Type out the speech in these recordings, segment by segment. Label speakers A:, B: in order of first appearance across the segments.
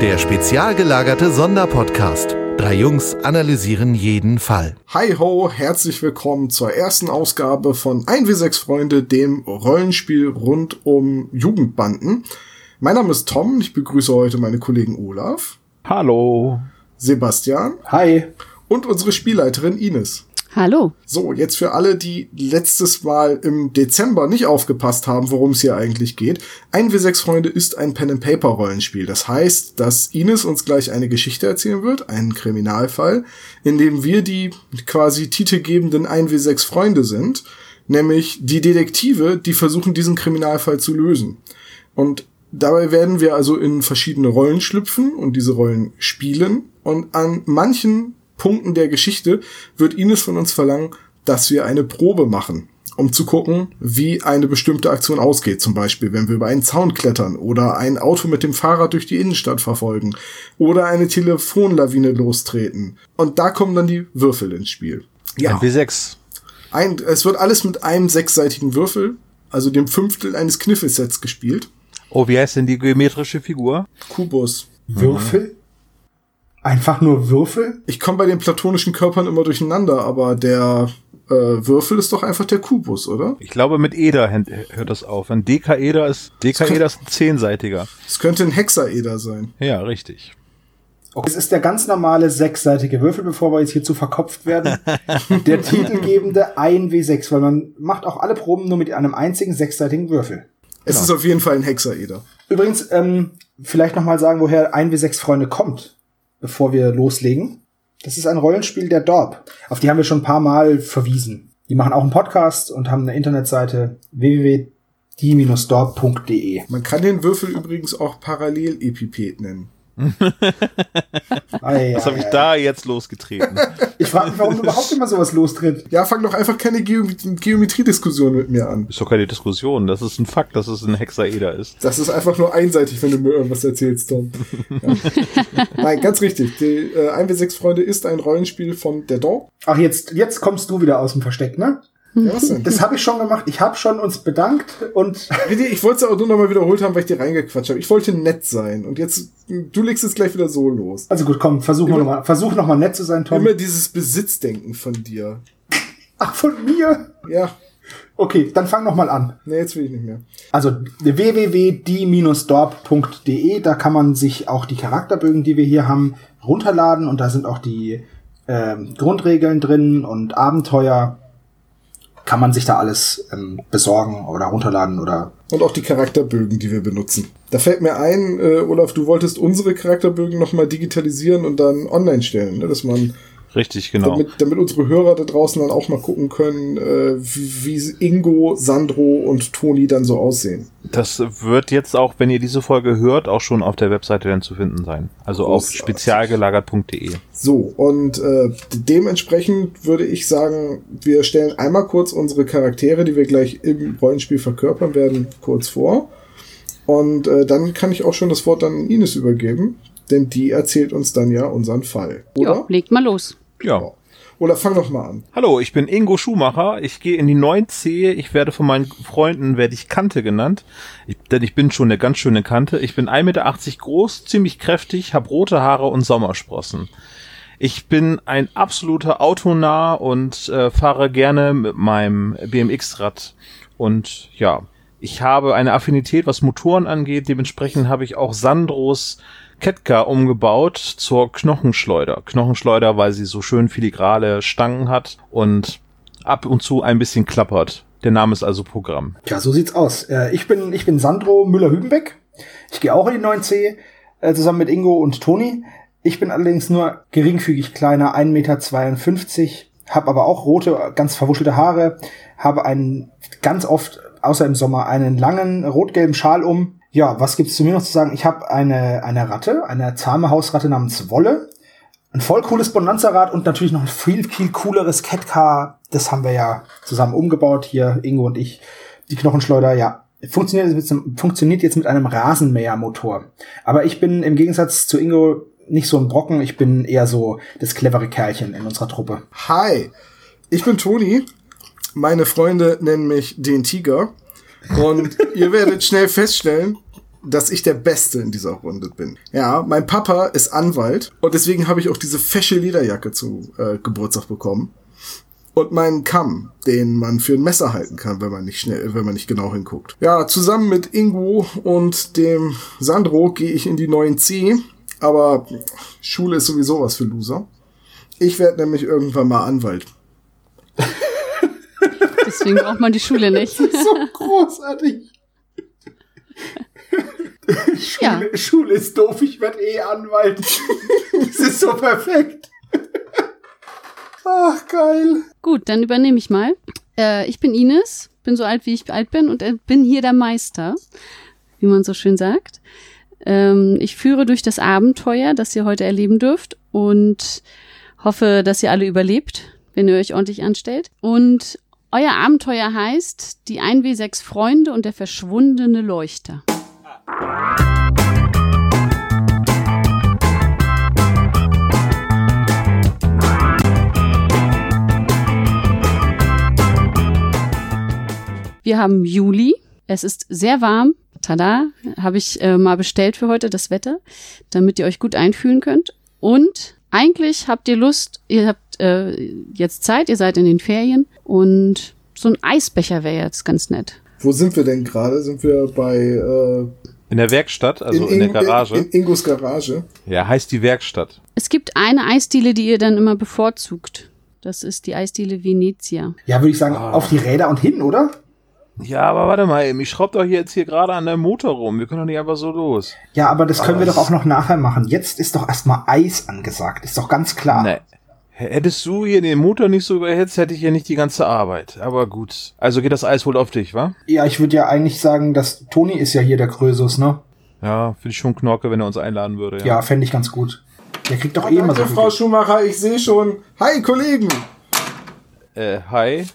A: Der spezial gelagerte Sonderpodcast. Drei Jungs analysieren jeden Fall.
B: Hi ho, herzlich willkommen zur ersten Ausgabe von 1W6 Freunde, dem Rollenspiel rund um Jugendbanden. Mein Name ist Tom, ich begrüße heute meine Kollegen Olaf,
C: Hallo.
B: Sebastian
C: Hi.
B: und unsere Spielleiterin Ines.
D: Hallo.
B: So, jetzt für alle, die letztes Mal im Dezember nicht aufgepasst haben, worum es hier eigentlich geht. 1W6 Freunde ist ein Pen-and-Paper-Rollenspiel. Das heißt, dass Ines uns gleich eine Geschichte erzählen wird, einen Kriminalfall, in dem wir die quasi titelgebenden 1W6 Freunde sind, nämlich die Detektive, die versuchen, diesen Kriminalfall zu lösen. Und dabei werden wir also in verschiedene Rollen schlüpfen und diese Rollen spielen. Und an manchen Punkten der Geschichte wird Ines von uns verlangen, dass wir eine Probe machen, um zu gucken, wie eine bestimmte Aktion ausgeht. Zum Beispiel, wenn wir über einen Zaun klettern oder ein Auto mit dem Fahrrad durch die Innenstadt verfolgen oder eine Telefonlawine lostreten. Und da kommen dann die Würfel ins Spiel.
C: Ja. W6.
B: Ein, es wird alles mit einem sechsseitigen Würfel, also dem Fünftel eines Kniffelsets gespielt.
C: Oh, wie heißt denn die geometrische Figur?
B: Kubus.
E: Würfel? Einfach nur Würfel?
B: Ich komme bei den platonischen Körpern immer durcheinander, aber der äh, Würfel ist doch einfach der Kubus, oder?
C: Ich glaube, mit Eder händ- hört das auf. Ein Dekaeder ist, Dekaeder ist ein zehnseitiger.
B: Es könnte ein Hexaeder sein.
C: Ja, richtig.
E: Okay. Es ist der ganz normale sechsseitige Würfel, bevor wir jetzt hierzu verkopft werden. der titelgebende 1W6, weil man macht auch alle Proben nur mit einem einzigen sechsseitigen Würfel.
B: Es ist auf jeden Fall ein Hexaeder.
E: Übrigens, ähm, vielleicht nochmal sagen, woher 1W6 Freunde kommt, bevor wir loslegen. Das ist ein Rollenspiel der Dorp. Auf die haben wir schon ein paar Mal verwiesen. Die machen auch einen Podcast und haben eine Internetseite www.die-dorp.de.
B: Man kann den Würfel übrigens auch Parallel-Epipet nennen.
C: Was habe ich da jetzt losgetreten?
E: Ich frage mich, warum überhaupt immer sowas lostritt.
B: Ja, fang doch einfach keine Geom Geometriediskussion mit mir an.
C: Ist doch keine Diskussion. Das ist ein Fakt, dass es ein Hexaeder ist.
B: Das ist einfach nur einseitig, wenn du mir irgendwas erzählst, Tom. Ja. Nein, ganz richtig. Die äh, 1w6 Freunde ist ein Rollenspiel von der Dorp.
E: Ach, jetzt, jetzt kommst du wieder aus dem Versteck, ne?
B: Ja, was denn?
E: Das habe ich schon gemacht. Ich habe schon uns bedankt und
B: Bitte, Ich wollte es auch nur nochmal wiederholt haben, weil ich dir reingequatscht habe. Ich wollte nett sein. Und jetzt, du legst es gleich wieder so los.
E: also gut, komm, versuch noch mal, versuch noch mal nett zu sein, Tom.
B: Immer dieses Besitzdenken von dir.
E: Ach, von mir.
B: Ja,
E: Okay, dann fang noch mal an.
B: nee, jetzt will ich nicht mehr.
E: Also www.die-dorp.de, e, da kann man sich auch die Charakterbögen, die wir hier haben, runterladen und da sind auch die ähm, Grundregeln drin und Abenteuer. Kann man sich da alles ähm, besorgen oder runterladen oder
B: Und auch die Charakterbögen, die wir benutzen. Da fällt mir ein, äh, Olaf, du wolltest unsere Charakterbögen nochmal digitalisieren und dann online stellen, ne? dass man,
C: Richtig, genau.
B: damit, damit unsere Hörer da draußen dann auch mal gucken können, äh, wie, wie Ingo, Sandro und Toni dann so aussehen.
C: Das wird jetzt auch, wenn ihr diese Folge hört, auch schon auf der Webseite dann zu finden sein. Also auf
B: Großartig.
C: spezialgelagert.de.
B: So, und äh, dementsprechend würde ich sagen, wir stellen einmal kurz unsere Charaktere, die wir gleich im Rollenspiel verkörpern werden, kurz vor. Und äh, dann kann ich auch schon das Wort an Ines übergeben, denn die erzählt uns dann ja unseren Fall,
D: Ja,
B: oder?
D: legt mal los.
C: Ja.
B: Oder fang doch mal an.
C: Hallo, ich bin Ingo Schumacher. Ich gehe in die 9C. Ich werde von meinen Freunden, werde ich Kante genannt. Ich, denn ich bin schon eine ganz schöne Kante. Ich bin 1,80 Meter groß, ziemlich kräftig, habe rote Haare und Sommersprossen. Ich bin ein absoluter Autonah und äh, fahre gerne mit meinem BMX-Rad. Und ja, ich habe eine Affinität, was Motoren angeht. Dementsprechend habe ich auch Sandros Ketka umgebaut zur Knochenschleuder. Knochenschleuder, weil sie so schön filigrale Stangen hat und ab und zu ein bisschen klappert. Der Name ist also Programm.
E: Ja, so sieht's aus. Äh, Ich bin, ich bin Sandro Müller-Hübenbeck. Ich gehe auch in die 9C, äh, zusammen mit Ingo und Toni. Ich bin allerdings nur geringfügig kleiner, 1,52 Meter, habe aber auch rote, ganz verwuschelte Haare, habe einen, ganz oft, außer im Sommer, einen langen rot-gelben Schal um. Ja, was gibt's zu mir noch zu sagen? Ich habe eine, eine Ratte, eine zahme Hausratte namens Wolle, ein voll cooles Bonanza-Rad und natürlich noch ein viel, viel cooleres Catcar. Das haben wir ja zusammen umgebaut, hier Ingo und ich. Die Knochenschleuder, ja. Funktioniert jetzt, mit, einem- funktioniert jetzt mit einem Rasenmähermotor. Aber ich bin im Gegensatz zu Ingo nicht so ein Brocken, ich bin eher so das clevere Kerlchen in unserer Truppe.
B: Hi, ich bin Toni. Meine Freunde nennen mich den Tiger. Und ihr werdet schnell feststellen, dass ich der Beste in dieser Runde bin. Ja, mein Papa ist Anwalt und deswegen habe ich auch diese fesche Lederjacke zu äh, Geburtstag bekommen. Und meinen Kamm, den man für ein Messer halten kann, wenn man nicht schnell, wenn man nicht genau hinguckt. Ja, zusammen mit Ingo und dem Sandro gehe ich in die 9C, aber Schule ist sowieso was für Loser. Ich werde nämlich irgendwann mal Anwalt.
D: Deswegen braucht man die Schule nicht.
E: Das ist so großartig. Schule, Schule ist doof, ich werde eh Anwalt. das ist so perfekt. Ach, geil.
D: Gut, dann übernehme ich mal. Äh, ich bin Ines, bin so alt, wie ich alt bin und äh, bin hier der Meister, wie man so schön sagt. Ähm, ich führe durch das Abenteuer, das ihr heute erleben dürft und hoffe, dass ihr alle überlebt, wenn ihr euch ordentlich anstellt. Und euer Abenteuer heißt Die 1W6 Freunde und der verschwundene Leuchter. Wir haben Juli. Es ist sehr warm. Tada, habe ich äh, mal bestellt für heute das Wetter, damit ihr euch gut einfühlen könnt. Und eigentlich habt ihr Lust, ihr habt äh, jetzt Zeit, ihr seid in den Ferien und so ein Eisbecher wäre jetzt ganz nett.
B: Wo sind wir denn gerade? Sind wir bei äh,
C: In der Werkstatt, also in, der
B: Ing-
C: Garage.
B: In, in Ingos Garage.
C: ja, heißt die Werkstatt.
D: Es gibt eine Eisdiele, die ihr dann immer bevorzugt. Das ist die Eisdiele Venezia.
E: Ja, würde ich sagen, auf die Räder und hin, oder?
C: Ja, aber warte mal, eben, ich schraub doch hier jetzt hier gerade an deinem Motor rum. Wir können doch nicht einfach so los.
E: Ja, aber das können wir doch auch noch nachher machen. Jetzt ist doch erstmal Eis angesagt. Ist doch ganz klar.
C: Nee. Ah. Hättest du hier den Motor nicht so überhitzt, hätte ich hier nicht die ganze Arbeit. Aber gut. Also geht das Eis wohl auf dich, wa?
E: Ja, ich würde ja eigentlich sagen, dass Toni ist ja hier der Krösus, ne?
C: Ja, finde ich schon Knorke, wenn er uns einladen würde.
E: Ja, fände ich ganz gut. Der kriegt doch eh immer so
B: Ah, Danke,
E: viel
B: Frau
E: Geld.
B: Schumacher, ich sehe schon. Hi, Kollegen!
C: Äh, hi.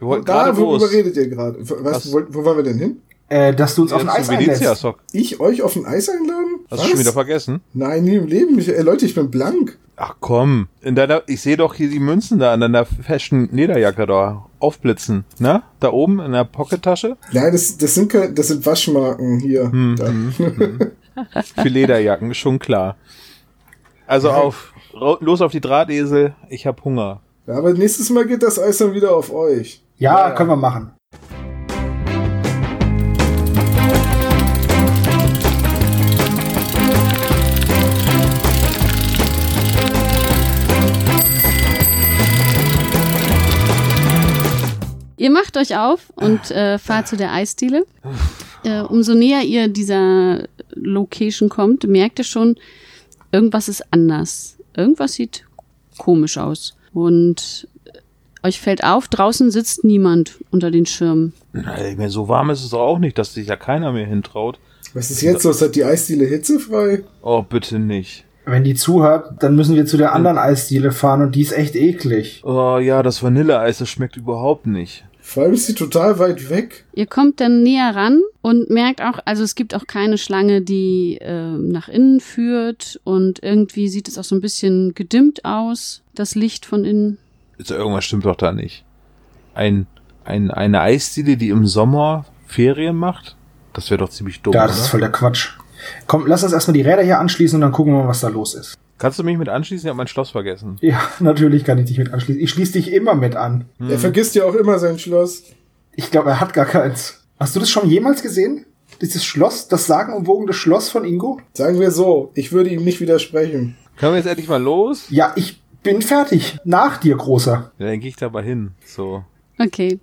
C: Wir wollten
B: Da,
C: gerade los.
B: worüber redet ihr gerade? Was,
C: Was?
B: Wo, wo waren wir denn hin?
E: äh, Dass du uns auf
C: Jetzt
E: ein
C: zu
E: Eis
C: Venezia,
E: einlädst.
C: Sock.
B: Ich euch auf ein Eis einladen?
C: Hast du schon wieder vergessen?
B: Nein, nie im Leben. Ich, ey, Leute, ich bin blank.
C: Ach komm, in deiner, ich sehe doch hier die Münzen da an deiner fashion Lederjacke da aufblitzen, ne? Da oben in der Pockettasche
B: Nein, das, das, sind, keine- das sind Waschmarken hier.
C: Hm.
B: Da.
C: für Lederjacken, ist schon klar. Also auf ro- los auf die Drahtesel, ich hab Hunger.
B: Ja, aber nächstes Mal geht das Eis dann wieder auf euch.
E: Ja, können wir machen.
D: Ihr macht euch auf und äh, fahrt zu der Eisdiele. Äh, umso näher ihr dieser Location kommt, merkt ihr schon, irgendwas ist anders. Irgendwas sieht komisch aus. Und äh, euch fällt auf, draußen sitzt niemand unter den Schirmen.
C: Na, ich meine, so warm ist es doch auch nicht, dass sich ja keiner mehr hintraut.
B: Was ist jetzt los? Hat die Eisdiele hitzefrei?
C: Oh, bitte nicht.
E: Wenn die zuhört, dann müssen wir zu der anderen Eisdiele fahren und die ist echt eklig.
C: Oh ja, das Vanilleeis, das schmeckt überhaupt nicht.
B: Vor allem ist sie total weit weg.
D: Ihr kommt dann näher ran und merkt auch, also es gibt auch keine Schlange, die ähm, nach innen führt und irgendwie sieht es auch so ein bisschen gedimmt aus, das Licht von innen.
C: Also irgendwas stimmt doch da nicht. Ein, ein, eine Eisdiele, die im Sommer Ferien macht? Das wäre doch ziemlich dumm,
E: Ja,
C: oder?
E: das ist voll der Quatsch. Komm, lass uns erstmal die Räder hier anschließen und dann gucken wir mal, was da los ist.
C: Kannst du mich mit anschließen? Ich habe mein Schloss vergessen.
E: Ja, natürlich kann ich dich mit anschließen. Ich schließe dich immer mit an.
C: Hm.
B: Er vergisst ja auch immer sein Schloss.
E: Ich glaube, er hat gar keins. Hast du das schon jemals gesehen? Dieses Schloss, das sagenumwogene Schloss von Ingo?
B: Sagen wir so, ich würde ihm nicht widersprechen.
C: Können wir jetzt endlich mal los?
E: Ja, ich bin fertig. Nach dir, Großer.
C: Ja, dann gehe ich da mal hin. So.
D: Okay,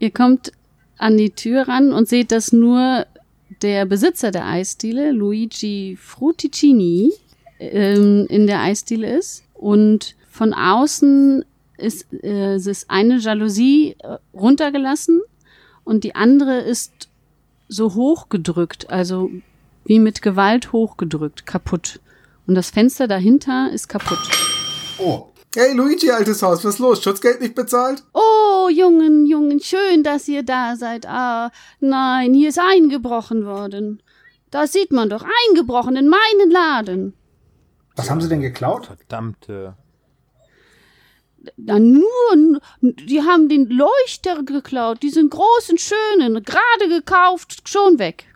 D: ihr kommt an die Tür ran und seht, dass nur der Besitzer der Eisdiele, Luigi Frutticini, ähm, in der Eisdiele ist. Und von außen ist, äh, es ist eine Jalousie äh, runtergelassen und die andere ist so hochgedrückt, also wie mit Gewalt hochgedrückt, kaputt. Und das Fenster dahinter ist kaputt.
E: Oh.
B: Hey Luigi, altes Haus, was ist los? Schutzgeld nicht bezahlt?
D: Oh, Jungen, Jungen, schön, dass ihr da seid. Ah, nein, hier ist eingebrochen worden. Das sieht man doch, eingebrochen in meinen Laden.
E: Was haben sie denn geklaut?
C: Verdammte.
D: Na nur, die haben den Leuchter geklaut, diesen großen, schönen, gerade gekauft, schon weg.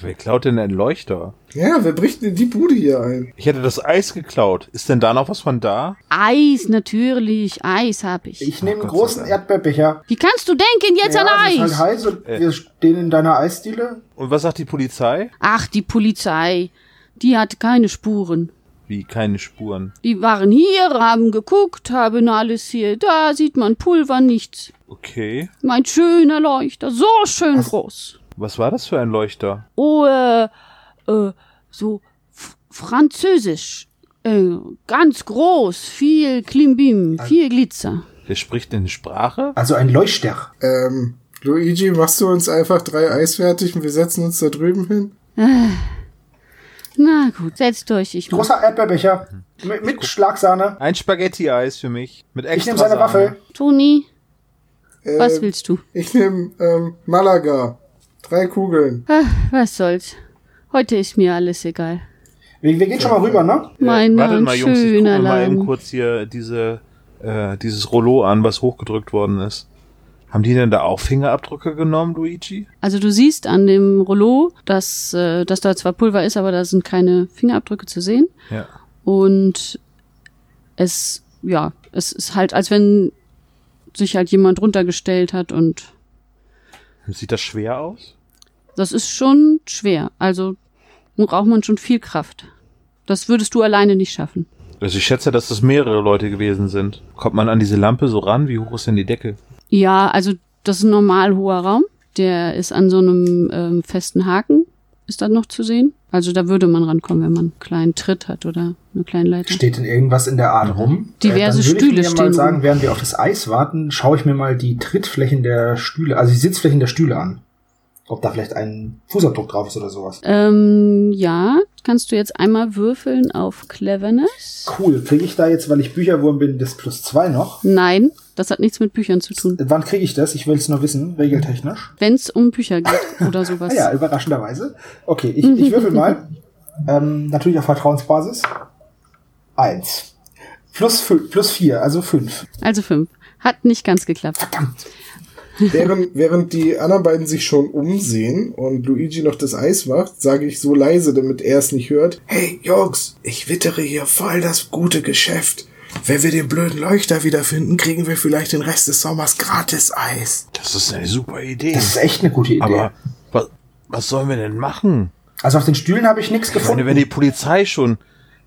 C: Wer klaut denn einen Leuchter?
B: Ja, wer bricht denn die Bude hier ein?
C: Ich hätte das Eis geklaut. Ist denn da noch was von da?
D: Eis, natürlich. Eis habe ich.
E: Ich nehme einen großen Erdbeerbecher.
D: Wie kannst du denken jetzt
E: Ja,
D: an
E: es
D: Eis?
E: ist halt heiß und wir stehen in deiner Eisdiele.
C: Und was sagt die Polizei?
D: Ach, die Polizei. Die hatte keine Spuren.
C: Wie keine Spuren.
D: Die waren hier, haben geguckt, haben alles hier. Da sieht man Pulver, nichts.
C: Okay.
D: Mein schöner Leuchter, so schön groß.
C: Was war das für ein Leuchter?
D: Oh, äh, äh, so f- französisch. Äh, ganz groß, viel Klimbim, viel Glitzer.
C: Wer spricht denn die Sprache?
E: Also ein Leuchter.
B: Ähm, Luigi, machst du uns einfach drei Eis fertig und wir setzen uns da drüben hin?
D: Na gut, setzt euch, ich muss.
E: Großer Erdbeerbecher.
D: Mhm.
E: Mit, mit Schlagsahne.
C: Ein Spaghetti-Eis für mich. Mit extra
E: Ich nehme seine
C: Sahne.
E: Waffel.
D: Toni,
B: Ähm,
D: was willst du?
B: Ich nehme ähm, Malaga. Drei Kugeln.
D: Ach, Äh, was soll's. Heute ist mir alles egal.
E: Wir, wir gehen schon mal rüber, ne?
D: Mein
C: Wartet
D: Mann,
C: mal, Jungs, ich gucke
D: schöner
C: mir mal eben
D: Laden.
C: kurz hier diese, äh, dieses Rollo an, was hochgedrückt worden ist. Haben die denn da auch Fingerabdrücke genommen, Luigi?
D: Also du siehst an dem Rollo, dass, äh, dass da zwar Pulver ist, aber da sind keine Fingerabdrücke zu sehen.
C: Ja.
D: Und es, ja, es ist halt, als wenn sich halt jemand runtergestellt hat und
C: Sieht das schwer aus?
D: das ist schon schwer. Also braucht man schon viel Kraft. Das würdest du alleine nicht schaffen.
C: Also ich schätze, dass das mehrere Leute gewesen sind. Kommt man an diese Lampe so ran? Wie hoch ist denn die Decke?
D: Ja, also das ist ein normal hoher Raum. Der ist an so einem ähm, festen Haken, ist dann noch zu sehen. Also da würde man rankommen, wenn man einen kleinen Tritt hat oder eine kleine Leiter.
E: Steht denn irgendwas in der Art rum? Äh,
D: Diverse
E: dann
D: Stühle
E: ich mir
D: stehen
E: mal
D: rum.
E: sagen, während wir auf das Eis warten, schaue ich mir mal die Trittflächen der Stühle, also die Sitzflächen der Stühle an. Ob da vielleicht ein Fußabdruck drauf ist oder sowas.
D: Ähm, ja, kannst du jetzt einmal würfeln auf Cleverness?
E: Cool. Kriege ich da jetzt, weil ich Bücherwurm bin, das plus zwei noch?
D: Nein, das hat nichts mit Büchern zu tun.
E: Wann kriege ich das? Ich will es nur wissen, regeltechnisch.
D: Wenn es um Bücher geht oder sowas.
E: Ah ja, überraschenderweise. Okay, ich, ich würfel mal. Ähm, natürlich auf Vertrauensbasis. Eins. Plus, fü- plus vier, also fünf.
D: Also fünf. Hat nicht ganz geklappt.
E: Verdammt.
B: während, während die anderen beiden sich schon umsehen und Luigi noch das Eis macht, sage ich so leise, damit er es nicht hört. Hey, Jungs, ich wittere hier voll das gute Geschäft. Wenn wir den blöden Leuchter wiederfinden, kriegen wir vielleicht den Rest des Sommers gratis Eis.
C: Das ist eine super Idee.
E: Das ist echt eine gute Idee.
C: Aber was, was sollen wir denn machen?
E: also auf den Stühlen habe ich nichts
C: Ich meine,
E: gefunden.
C: wenn die Polizei schon,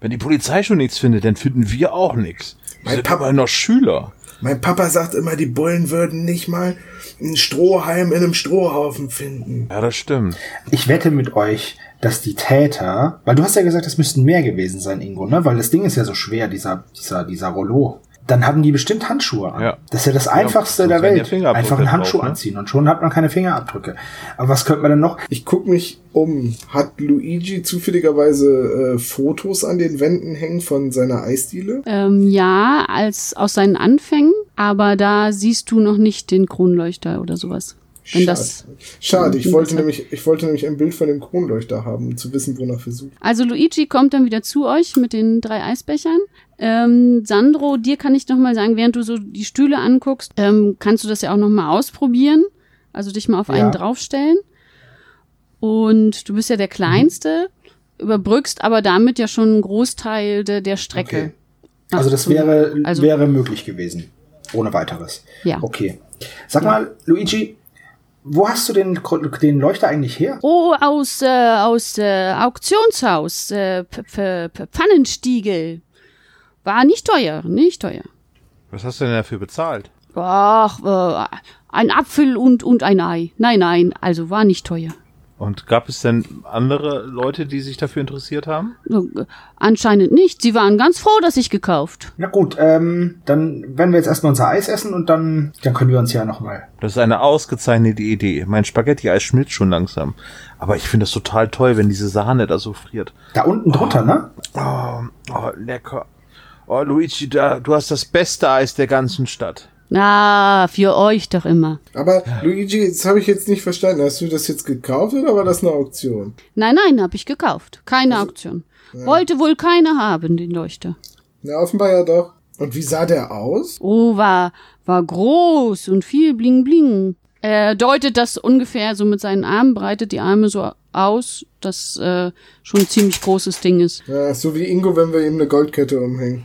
C: wenn die Polizei schon nichts findet, dann finden wir auch nichts. Wir
B: Mein
C: sind
B: Papa-
C: aber noch Schüler.
B: Mein Papa sagt immer, die Bullen würden nicht mal einen Strohhalm in einem Strohhaufen finden.
C: Ja, das stimmt.
E: Ich wette mit euch, dass die Täter, weil du hast ja gesagt, es müssten mehr gewesen sein, Ingo, ne? Weil das Ding ist ja so schwer, dieser, dieser, dieser Rollo. Dann hatten die bestimmt Handschuhe an.
C: Ja.
E: Das ist ja das Einfachste
C: sonst
E: der
C: wären ja
E: Welt.
C: Fingerabdrücke
E: Einfach einen Handschuh
C: drauf, ne?
E: anziehen und schon hat man keine Fingerabdrücke. Aber was könnte man denn noch?
B: Ich guck mich um. Hat Luigi zufälligerweise äh, Fotos an den Wänden hängen von seiner Eisdiele?
D: Ähm, ja, als aus seinen Anfängen, aber da siehst du noch nicht den Kronleuchter oder sowas. Wenn das. Mhm.
B: Schade, ich
D: wenn
B: wollte,
D: das-
B: nämlich, ich wollte nämlich ein Bild von dem Kronleuchter haben, um zu wissen, wonach wir suchen.
D: Also Luigi kommt dann wieder zu euch mit den drei Eisbechern. Ähm, Sandro, dir kann ich nochmal sagen, während du so die Stühle anguckst, ähm, kannst du das ja auch nochmal ausprobieren. Also dich mal auf einen
E: Ja.
D: draufstellen. Und du bist ja der Kleinste, überbrückst aber damit ja schon einen Großteil der, der Strecke.
E: Okay. Also das wäre,
D: Also-
E: wäre möglich gewesen. Ohne weiteres.
D: Ja.
E: Okay. Sag mal, Luigi, wo hast du den, den Leuchter eigentlich her?
D: Oh, aus, äh, aus äh, Auktionshaus, äh, P -P -P Pfannenstiegel. War nicht teuer, nicht teuer.
C: Was hast du denn dafür bezahlt?
D: Ach, äh, ein Apfel und, und ein Ei. Nein, nein, also war nicht teuer.
C: Und gab es denn andere Leute, die sich dafür interessiert haben?
D: Äh, Anscheinend nicht. Sie waren ganz froh, dass ich gekauft.
E: Na gut, ähm, dann werden wir jetzt erstmal unser Eis essen und dann, dann können wir uns ja nochmal.
C: Das ist eine ausgezeichnete Idee. Mein Spaghetti-Eis schmilzt schon langsam. Aber ich finde das total toll, wenn diese Sahne da so friert.
E: Da unten drunter, ne?
C: Oh, oh lecker. Oh, Luigi, da, du hast das beste Eis der ganzen Stadt.
D: Na, für euch doch immer.
B: Aber Luigi, das habe ich jetzt nicht verstanden. Hast du das jetzt gekauft oder war das eine Auktion?
D: Nein, nein, hab ich gekauft. Keine Auktion. Wollte wohl keiner haben, den Leuchter.
B: Na, offenbar ja doch. Und wie sah der aus?
D: Oh, war, war groß und viel Bling Bling. Er deutet das ungefähr so mit seinen Armen, breitet die Arme so aus, dass äh, schon ein ziemlich großes Ding ist.
B: Ja, so wie Ingo, wenn wir ihm eine Goldkette umhängen.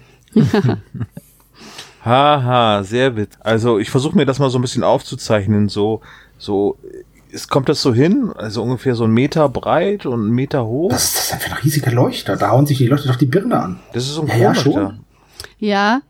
C: Haha, sehr witzig. Also ich versuche mir das mal so ein bisschen aufzuzeichnen. So, so, es kommt das so hin, also ungefähr so ein Meter breit und einen Meter hoch.
E: Das, das ist einfach ein riesiger Leuchter. Da hauen sich die Leute doch die Birne an.
C: Das ist so ein
E: Ja, ja,
C: Kronleuchter.
E: schon.
D: Ja,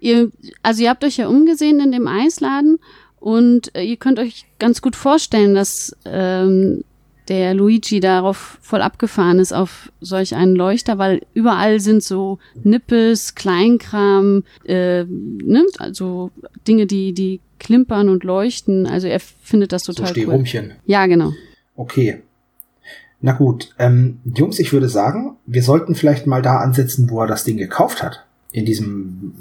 D: ihr, also ihr habt euch ja umgesehen in dem Eisladen und äh, ihr könnt euch ganz gut vorstellen, dass ähm, der Luigi darauf voll abgefahren ist auf solch einen Leuchter, weil überall sind so Nippes, Kleinkram, äh, ne? also Dinge, die die klimpern und leuchten. Also er findet das
E: So Ah
D: total cool.
E: Stehrumchen.
D: Ja, genau.
E: Okay. Na gut, ähm, Jungs, ich würde sagen, wir sollten vielleicht mal da ansetzen, wo er das Ding gekauft hat. In diesem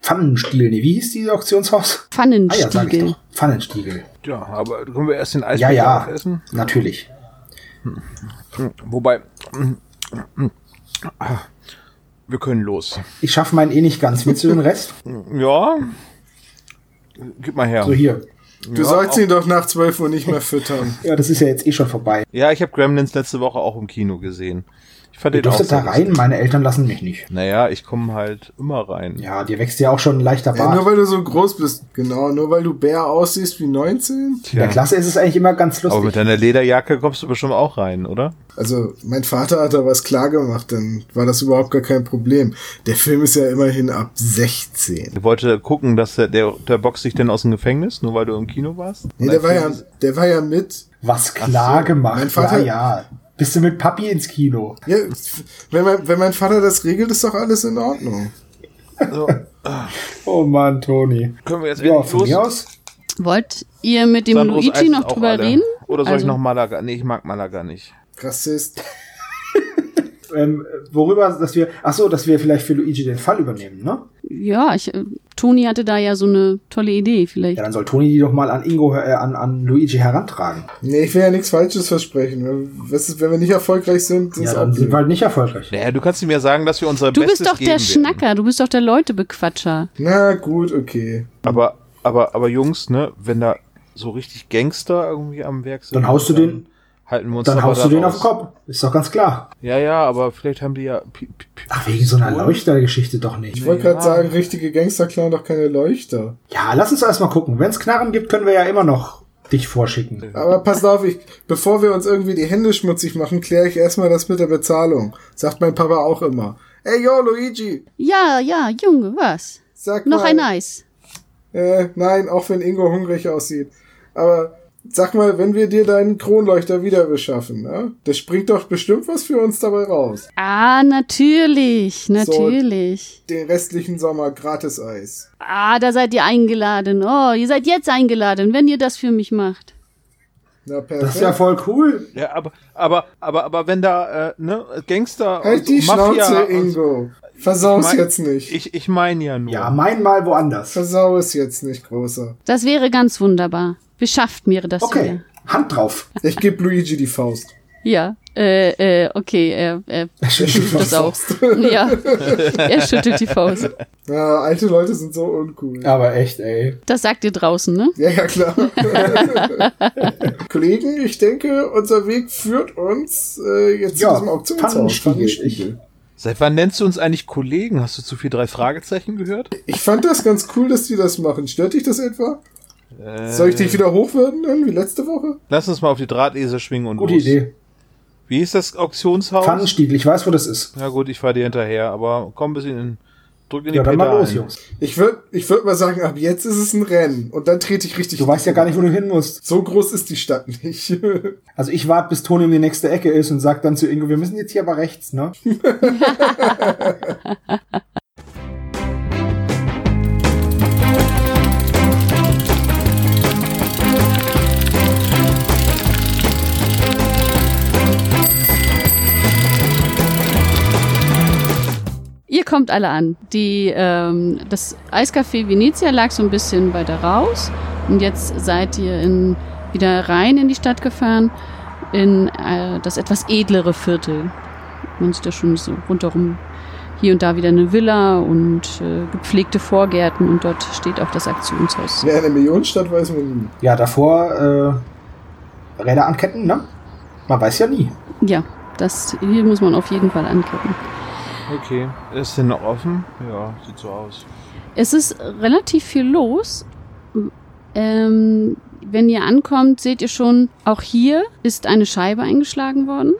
E: Pfannenstiel, nee, wie hieß die Auktionshaus? Ah ja, sag ich
D: Pfannenstiegel.
E: doch. Pfannenstiegel.
C: Ja, aber können wir erst den
E: Ja,
C: Eisbecher
E: ja,
C: essen?
E: natürlich.
C: Wobei, ah, wir können los.
E: Ich schaffe meinen eh nicht ganz. Willst du den Rest?
C: Ja, gib mal her.
E: So hier.
B: Du sollst ihn doch nach 12 Uhr nicht mehr füttern.
E: Ja, das ist ja jetzt eh schon vorbei.
C: Ja, ich habe Gremlins letzte Woche auch im Kino gesehen. Ich fand
E: Du
C: den auch
E: durftest da
C: sehr
E: rein,
C: lustig.
E: meine Eltern lassen mich nicht.
C: Naja, ich komme halt immer rein.
E: Ja, dir wächst ja auch schon ein leichter
B: Ja, Äh, nur
E: Bart.
B: weil du so groß bist. Genau, nur weil du Bär aussiehst wie 19.
E: In der Klasse ist es eigentlich immer ganz
C: Aber mit
E: lustig.
C: deiner Lederjacke kommst du bestimmt auch rein, oder?
B: Also, mein Vater hat da was klar gemacht, dann war das überhaupt gar kein Problem. Der Film ist ja immerhin ab 16.
C: Ich wollte gucken, dass der, der, der Box dich denn aus dem Gefängnis, nur weil du im Kino warst.
B: Nee, der war ja, der war ja mit.
E: Was klar gemacht.
B: Mein Vater-
E: ja, ja. Bist du mit Papi ins Kino?
B: Ja, wenn, mein, wenn mein Vater das regelt, ist doch alles in Ordnung.
C: So,
E: Oh Mann, Toni.
C: können wir jetzt
E: Ja,
C: wirklich
E: von mir
C: los?
E: aus.
D: Wollt ihr mit dem
C: Sandros
D: Luigi
C: Eis
D: noch
C: auch
D: drüber
C: alle.
D: reden?
C: Oder soll
D: Also-
C: ich noch Malaga? Nee, ich mag Malaga nicht.
B: Rassist.
E: ähm, worüber, dass wir, ach so, dass wir vielleicht für Luigi den Fall übernehmen, ne?
D: Ja, ich, äh, Toni hatte da ja so eine tolle Idee vielleicht.
E: Ja, dann soll Toni die doch mal an Ingo, äh, an, an Luigi herantragen.
B: Nee, ich will ja nichts Falsches versprechen. Was ist, wenn wir nicht erfolgreich sind,
E: Ja,
B: ist
E: dann
B: auch
E: sind wir
B: blöd.
E: halt nicht erfolgreich.
C: Naja, du kannst mir sagen, dass wir unser
D: Du
C: Bestes
D: bist doch
C: geben
D: der
C: werden.
D: Schnacker, du bist doch der Leutebequatscher.
B: Na gut, okay.
C: Aber, aber, aber Jungs, ne, wenn da so richtig Gangster irgendwie am Werk sind,
E: Dann haust du den-
C: halten wir uns
E: Dann
C: aber
E: haust
C: da
E: du den auf
C: raus.
E: den Kopf. Ist doch ganz klar.
C: Ja, ja, aber vielleicht haben die ja. Pi- pi- pi-
E: Ach, wegen so einer Leuchtergeschichte doch
B: Ich
E: nicht.
B: wollte gerade sagen, richtige Gangster klauen doch keine Leuchter.
E: Ja, lass uns erstmal gucken. Wenn es Knarren gibt, können wir ja immer noch dich vorschicken.
B: Aber pass auf, ich, bevor wir uns irgendwie die Hände schmutzig machen, kläre ich erstmal das mit der Bezahlung. Sagt mein Papa auch immer. Ey, yo, Luigi,
D: Ja, ja, Junge, was?
B: sag
D: Noch
B: mal.
D: ein Eis.
B: Äh, nein, auch wenn Ingo hungrig aussieht. Aber sag mal, wenn wir dir deinen Kronleuchter wieder beschaffen, ne? Das springt doch bestimmt was für uns dabei raus.
D: Ah, natürlich, natürlich.
B: Den restlichen Sommer gratis Eis.
D: Ah, da seid ihr eingeladen. Oh, ihr seid jetzt eingeladen, wenn ihr das für mich macht.
B: Na, perfekt.
E: Das ist ja voll cool.
C: Ja, aber, aber, aber, aber wenn da, äh, ne, Gangster.
B: halt die
C: Mafia
B: Schnauze,
C: und-
B: Ingo. Versau's
C: mein-
B: jetzt nicht.
C: Ich, ich meine ja nur.
E: Ja, mein Mal woanders.
B: Versau es jetzt nicht, Großer.
D: Das wäre ganz wunderbar. Beschafft mir das
E: Okay, Hand drauf.
B: Ich geb Luigi die Faust.
D: hier. Ja, äh, äh, okay, er, er schüttelt das auch. Ja, er schüttelt die Faust.
B: Ja, alte Leute sind so uncool.
E: Aber echt, ey.
D: Das sagt ihr draußen, ne?
B: Ja, ja, klar. Kollegen, ich denke, unser Weg führt uns äh, jetzt zu
E: Ja,
B: diesem Auktionshaus.
E: Pfannenstiegel.
B: Pfannenstiegel.
C: Seit wann nennst du uns eigentlich Kollegen? Hast du zu viel drei Fragezeichen gehört?
B: Ich fand das ganz cool, dass die das machen. Stört dich das etwa? Soll ich dich wieder hochwerden, dann, wie letzte Woche?
C: Lass uns mal auf die Drahtesel schwingen und
E: Gute
C: los.
E: Idee.
C: Wie ist das Auktionshaus?
E: Pfannenstiegel, ich weiß, wo das ist.
C: Ja gut, ich fahr dir hinterher, aber komm ein bisschen in, drück in die
E: Ja, dann mal
C: Pedalen.
E: los, Jungs.
B: Ich würde ich würd mal sagen, ab jetzt ist es ein Rennen. Und dann trete ich richtig. um.
E: Du weißt ja gar nicht, wo du hin musst.
B: So groß ist die Stadt nicht.
E: Also ich warte, bis Toni um die nächste Ecke ist und sagt dann zu Ingo, wir müssen jetzt hier aber rechts, ne?
D: Ihr kommt alle an. Die, ähm, das Eiscafé Venezia lag so ein bisschen weiter raus und jetzt seid ihr in, wieder rein in die Stadt gefahren, in äh, das etwas edlere Viertel. Man sieht ja schon so rundherum hier und da wieder eine Villa und äh, gepflegte Vorgärten und dort steht auch das Aktionshaus.
B: Wer eine Millionenstadt weiß man nie.
E: Ja, davor äh, Räder anketten, ne? Man weiß ja nie.
D: Ja, das hier muss man auf jeden Fall angucken.
C: Okay. Ist denn noch offen? Ja, sieht so aus.
D: Es ist relativ viel los. Ähm, wenn ihr ankommt, seht ihr schon, auch hier ist eine Scheibe eingeschlagen worden.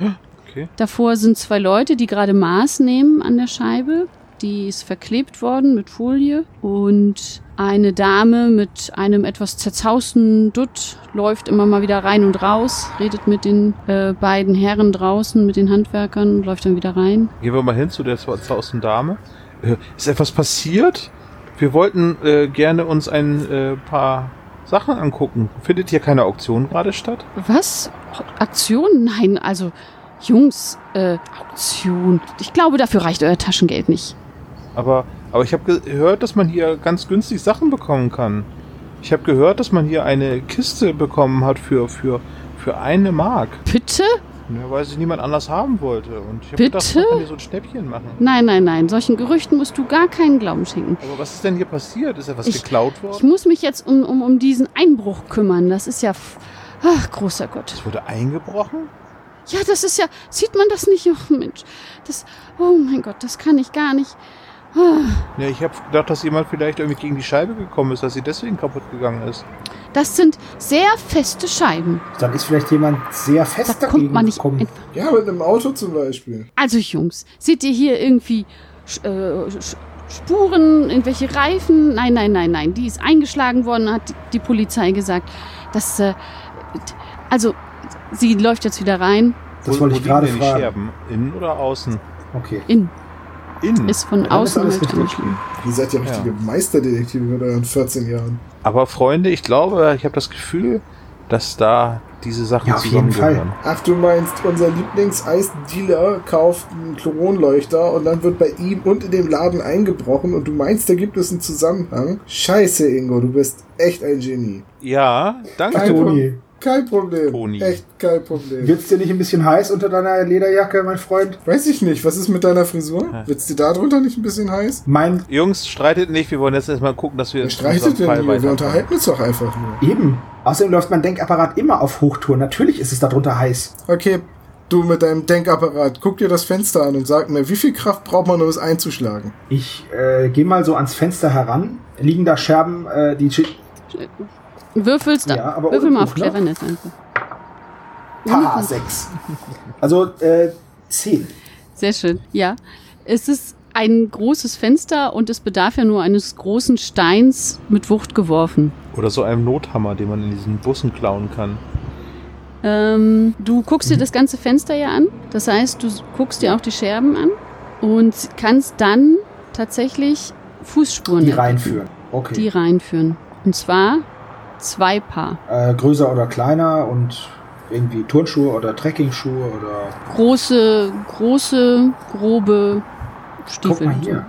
C: Okay.
D: Davor sind zwei Leute, die gerade Maß nehmen an der Scheibe. Die ist verklebt worden mit Folie. Und eine Dame mit einem etwas zerzausten Dutt läuft immer mal wieder rein und raus, redet mit den äh, beiden Herren draußen, mit den Handwerkern und läuft dann wieder rein.
C: Gehen wir mal hin zu der 2000 Dame. Äh, ist etwas passiert? Wir wollten äh, gerne uns ein äh, paar Sachen angucken. Findet hier keine Auktion gerade statt?
D: Was? Aktion? Nein, also Jungs, äh, Aktion. Ich glaube, dafür reicht euer Taschengeld nicht.
C: Aber, aber ich habe gehört, dass man hier ganz günstig Sachen bekommen kann. Ich habe gehört, dass man hier eine Kiste bekommen hat für, für, für eine Mark.
D: Bitte?
C: Ja, weil sie niemand anders haben wollte. Und ich habe gedacht, man
D: Bitte?
C: kann hier so ein Schnäppchen machen.
D: Nein, nein, nein. Solchen Gerüchten musst du gar keinen Glauben schenken.
C: Aber was ist denn hier passiert? Ist etwas
D: Ich-
C: geklaut
D: Ich
C: worden?
D: muss mich jetzt um, um, um diesen Einbruch kümmern. Das ist ja. f- Ach, großer Gott.
C: Es wurde eingebrochen?
D: Ja, das ist ja. Sieht man das nicht? Oh, Mensch. Das. Oh, mein Gott, das kann ich gar nicht. Ah,
C: Ja, Ne, ich habe gedacht, dass jemand vielleicht irgendwie gegen die Scheibe gekommen ist, dass sie deswegen kaputt gegangen ist.
D: Das sind sehr feste Scheiben.
E: Dann ist vielleicht jemand sehr fest
D: Da
E: dagegen
D: kommt man nicht.
E: gekommen.
D: einfach-
B: Ja, mit einem Auto zum Beispiel.
D: Also, Jungs, seht ihr hier irgendwie. Sch- äh, Sch- Spuren, irgendwelche Reifen. Nein, nein, nein, nein. Die ist eingeschlagen worden, hat die- die Polizei gesagt. Das, äh, also, sie läuft jetzt wieder rein.
E: Das
C: Wo-
E: wollte
C: wo
E: ich gerade
C: liegen denn
E: fragen.
C: Die Scherben? Innen oder außen?
E: Okay.
D: In,
C: Innen.
D: ist von
E: Ja, dann ist
D: außen
E: Hm. alles
D: halt
E: richtig.
D: angeschlagen.
B: Ihr seid ja richtige Meisterdetektive mit euren 14 Jahren.
C: Aber Freunde, ich glaube, ich habe das Gefühl, dass da diese Sachen
E: Ja, auf jeden
C: zusammengehören.
B: Ach, du meinst, unser Lieblingseisdealer kauft einen Chloronleuchter und dann wird bei ihm und in dem Laden eingebrochen und du meinst, da gibt es einen Zusammenhang? Scheiße, Ingo, du bist echt ein Genie.
C: Ja, danke.
B: Danke.
E: Toni,
B: Kein Problem.
C: Toni.
B: Echt kein Problem.
E: wird's dir nicht ein bisschen heiß unter deiner Lederjacke, mein Freund?
B: Weiß ich nicht, was ist mit deiner Frisur?
C: Ja.
B: Wird's dir da drunter nicht ein bisschen heiß?
E: Mein
C: Jungs, streitet nicht. Wir wollen jetzt erstmal gucken, dass wir
B: Wer
C: in
B: streitet
C: unserem
B: denn
C: Fall
B: hier? Wir
C: weiterkommen.
B: unterhalten uns doch einfach nur.
E: eben. Außerdem läuft mein Denkapparat immer auf Hochtouren. Natürlich ist es darunter heiß.
B: Okay, du mit deinem Denkapparat, guck dir das Fenster an und sag mir, wie viel Kraft braucht man, um es einzuschlagen?
E: Ich äh, gehe mal so ans Fenster heran. Liegen da Scherben, äh, die Chi-
D: Würfelst,
E: Ja, aber
D: würfel
E: ohne
D: mal auf
E: Buch, ne? Ah,
D: Cleverness einfach.
E: Pa, sechs. Also äh, zehn.
D: Sehr schön, ja. Es ist ein großes Fenster und es bedarf ja nur eines großen Steins mit Wucht geworfen.
C: Oder so einem Nothammer, den man in diesen Bussen klauen kann.
D: Ähm, du guckst dir das ganze Fenster ja an. Das heißt, du guckst dir auch die Scherben an und kannst dann tatsächlich Fußspuren
E: Die
D: entdecken,
E: reinführen. Okay.
D: die reinführen. Und zwar zwei Paar.
E: Äh, größer oder kleiner und irgendwie Turnschuhe oder Trekkingschuhe oder.
D: Große, große, grobe
E: Guck
D: Stiefel.
E: mal hier.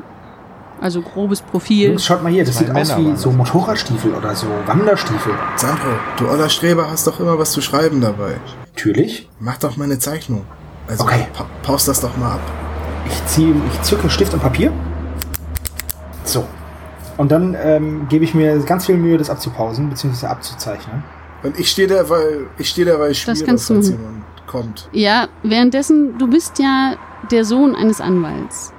D: Also grobes Profil.
E: Jungs, Hm, schaut mal hier, das
C: Zwei
E: sieht aus
C: Männer
E: wie
C: waren
E: so
C: das.
E: Motorradstiefel oder so Wanderstiefel.
B: Sandro, du oller Streber hast doch immer was zu schreiben dabei.
E: Natürlich.
B: Mach doch mal eine Zeichnung. Also
E: Okay.
B: pa paus das doch mal ab.
E: Ich ziehe, ich zücke Stift und Papier. So. Und dann ähm, gebe ich mir ganz viel Mühe, das abzupausen, beziehungsweise abzuzeichnen.
B: Und ich stehe da, weil ich stehe da, weil ich
D: Das
B: spiele,
D: kannst
B: falls
D: du-
B: jemand kommt.
D: Ja, währenddessen, du bist ja der Sohn eines Anwalts.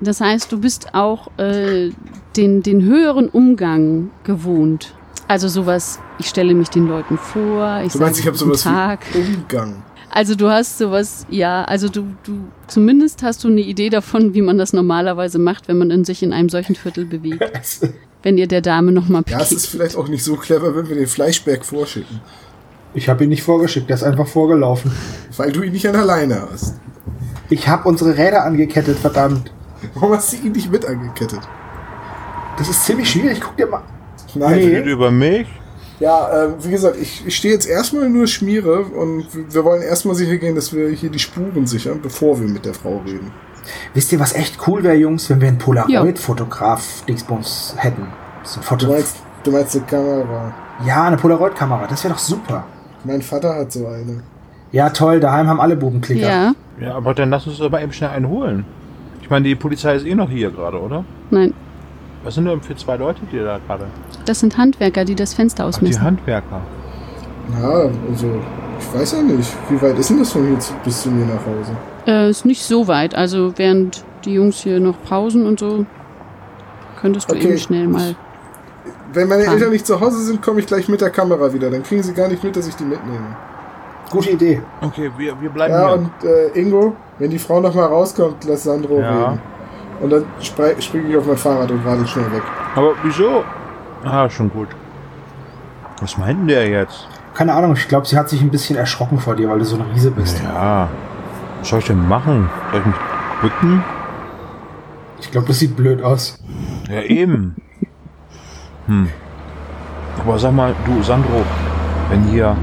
D: Das heißt, du bist auch äh, den, den höheren Umgang gewohnt. Also sowas, ich stelle mich den Leuten vor, ich
B: Du meinst,
D: sage
B: ich habe
D: guten
B: sowas
D: Tag.
B: wie Umgang.
D: Also du hast sowas, ja, also du, du, zumindest hast du eine Idee davon, wie man das normalerweise macht, wenn man in sich in einem solchen Viertel bewegt. wenn ihr der Dame nochmal
B: Ja, es ist vielleicht auch nicht so clever, wenn wir den Fleischberg vorschicken.
E: Ich habe ihn nicht vorgeschickt, der ist einfach vorgelaufen.
B: Weil du ihn nicht an der Leine hast.
E: Ich habe unsere Räder angekettet, verdammt.
B: Warum hast du ihn nicht mit angekettet?
E: Das ist ziemlich schwierig. Guck dir mal.
B: Nein.
E: Nee.
C: Redet über mich?
B: Ja, äh, wie gesagt, ich, ich stehe jetzt erstmal nur Schmiere und w- wir wollen erstmal sicher gehen, dass wir hier die Spuren sichern, bevor wir mit der Frau reden.
E: Wisst ihr, was echt cool wäre, Jungs, wenn wir einen Polaroid-Fotograf Dingsbums hätten? So ein Foto.
B: Du meinst, du meinst eine Kamera.
E: Ja, eine Polaroid-Kamera, das wäre doch super.
B: Mein Vater hat so eine.
E: Ja, toll, daheim haben alle Bubenklicker.
D: Ja,
C: Ja, aber dann lass uns doch mal eben schnell einen holen. Ich Ich meine, die Polizei ist eh noch hier gerade, oder?
D: Nein,
C: Was sind denn für zwei Leute, die da gerade?
D: das sind Handwerker, die das Fenster
C: Ach, die
D: ausmessen.
C: Handwerker.
B: Ja, also, ich weiß ja nicht. Wie weit ist denn das von hier zu, bis zu mir nach Hause?
D: Äh, ist nicht so weit. Also während die Jungs hier noch pausen und so, könntest du
B: Okay.
D: eben schnell mal.
B: Wenn meine
D: Fahren.
B: Eltern nicht zu Hause sind, komme ich gleich mit der Kamera wieder. Dann kriegen sie gar nicht mit, dass ich die mitnehme.
E: Gute Idee.
C: Okay, wir, wir bleiben
B: Ja,
C: hier.
B: und äh, Ingo, wenn die Frau nochmal rauskommt, lass Sandro
C: Ja.
B: reden. Und dann spre- springe ich auf mein Fahrrad und radel schnell weg.
C: Aber wieso? Ah, schon gut. Was meint denn der jetzt?
E: Keine Ahnung, ich glaube, sie hat sich ein bisschen erschrocken vor dir, weil du so ein Riese bist.
C: Ja. Was soll ich denn machen? Soll ich mich bücken?
E: Ich glaube, das sieht blöd aus.
C: Ja, eben. Hm. Aber sag mal, du Sandro, wenn hier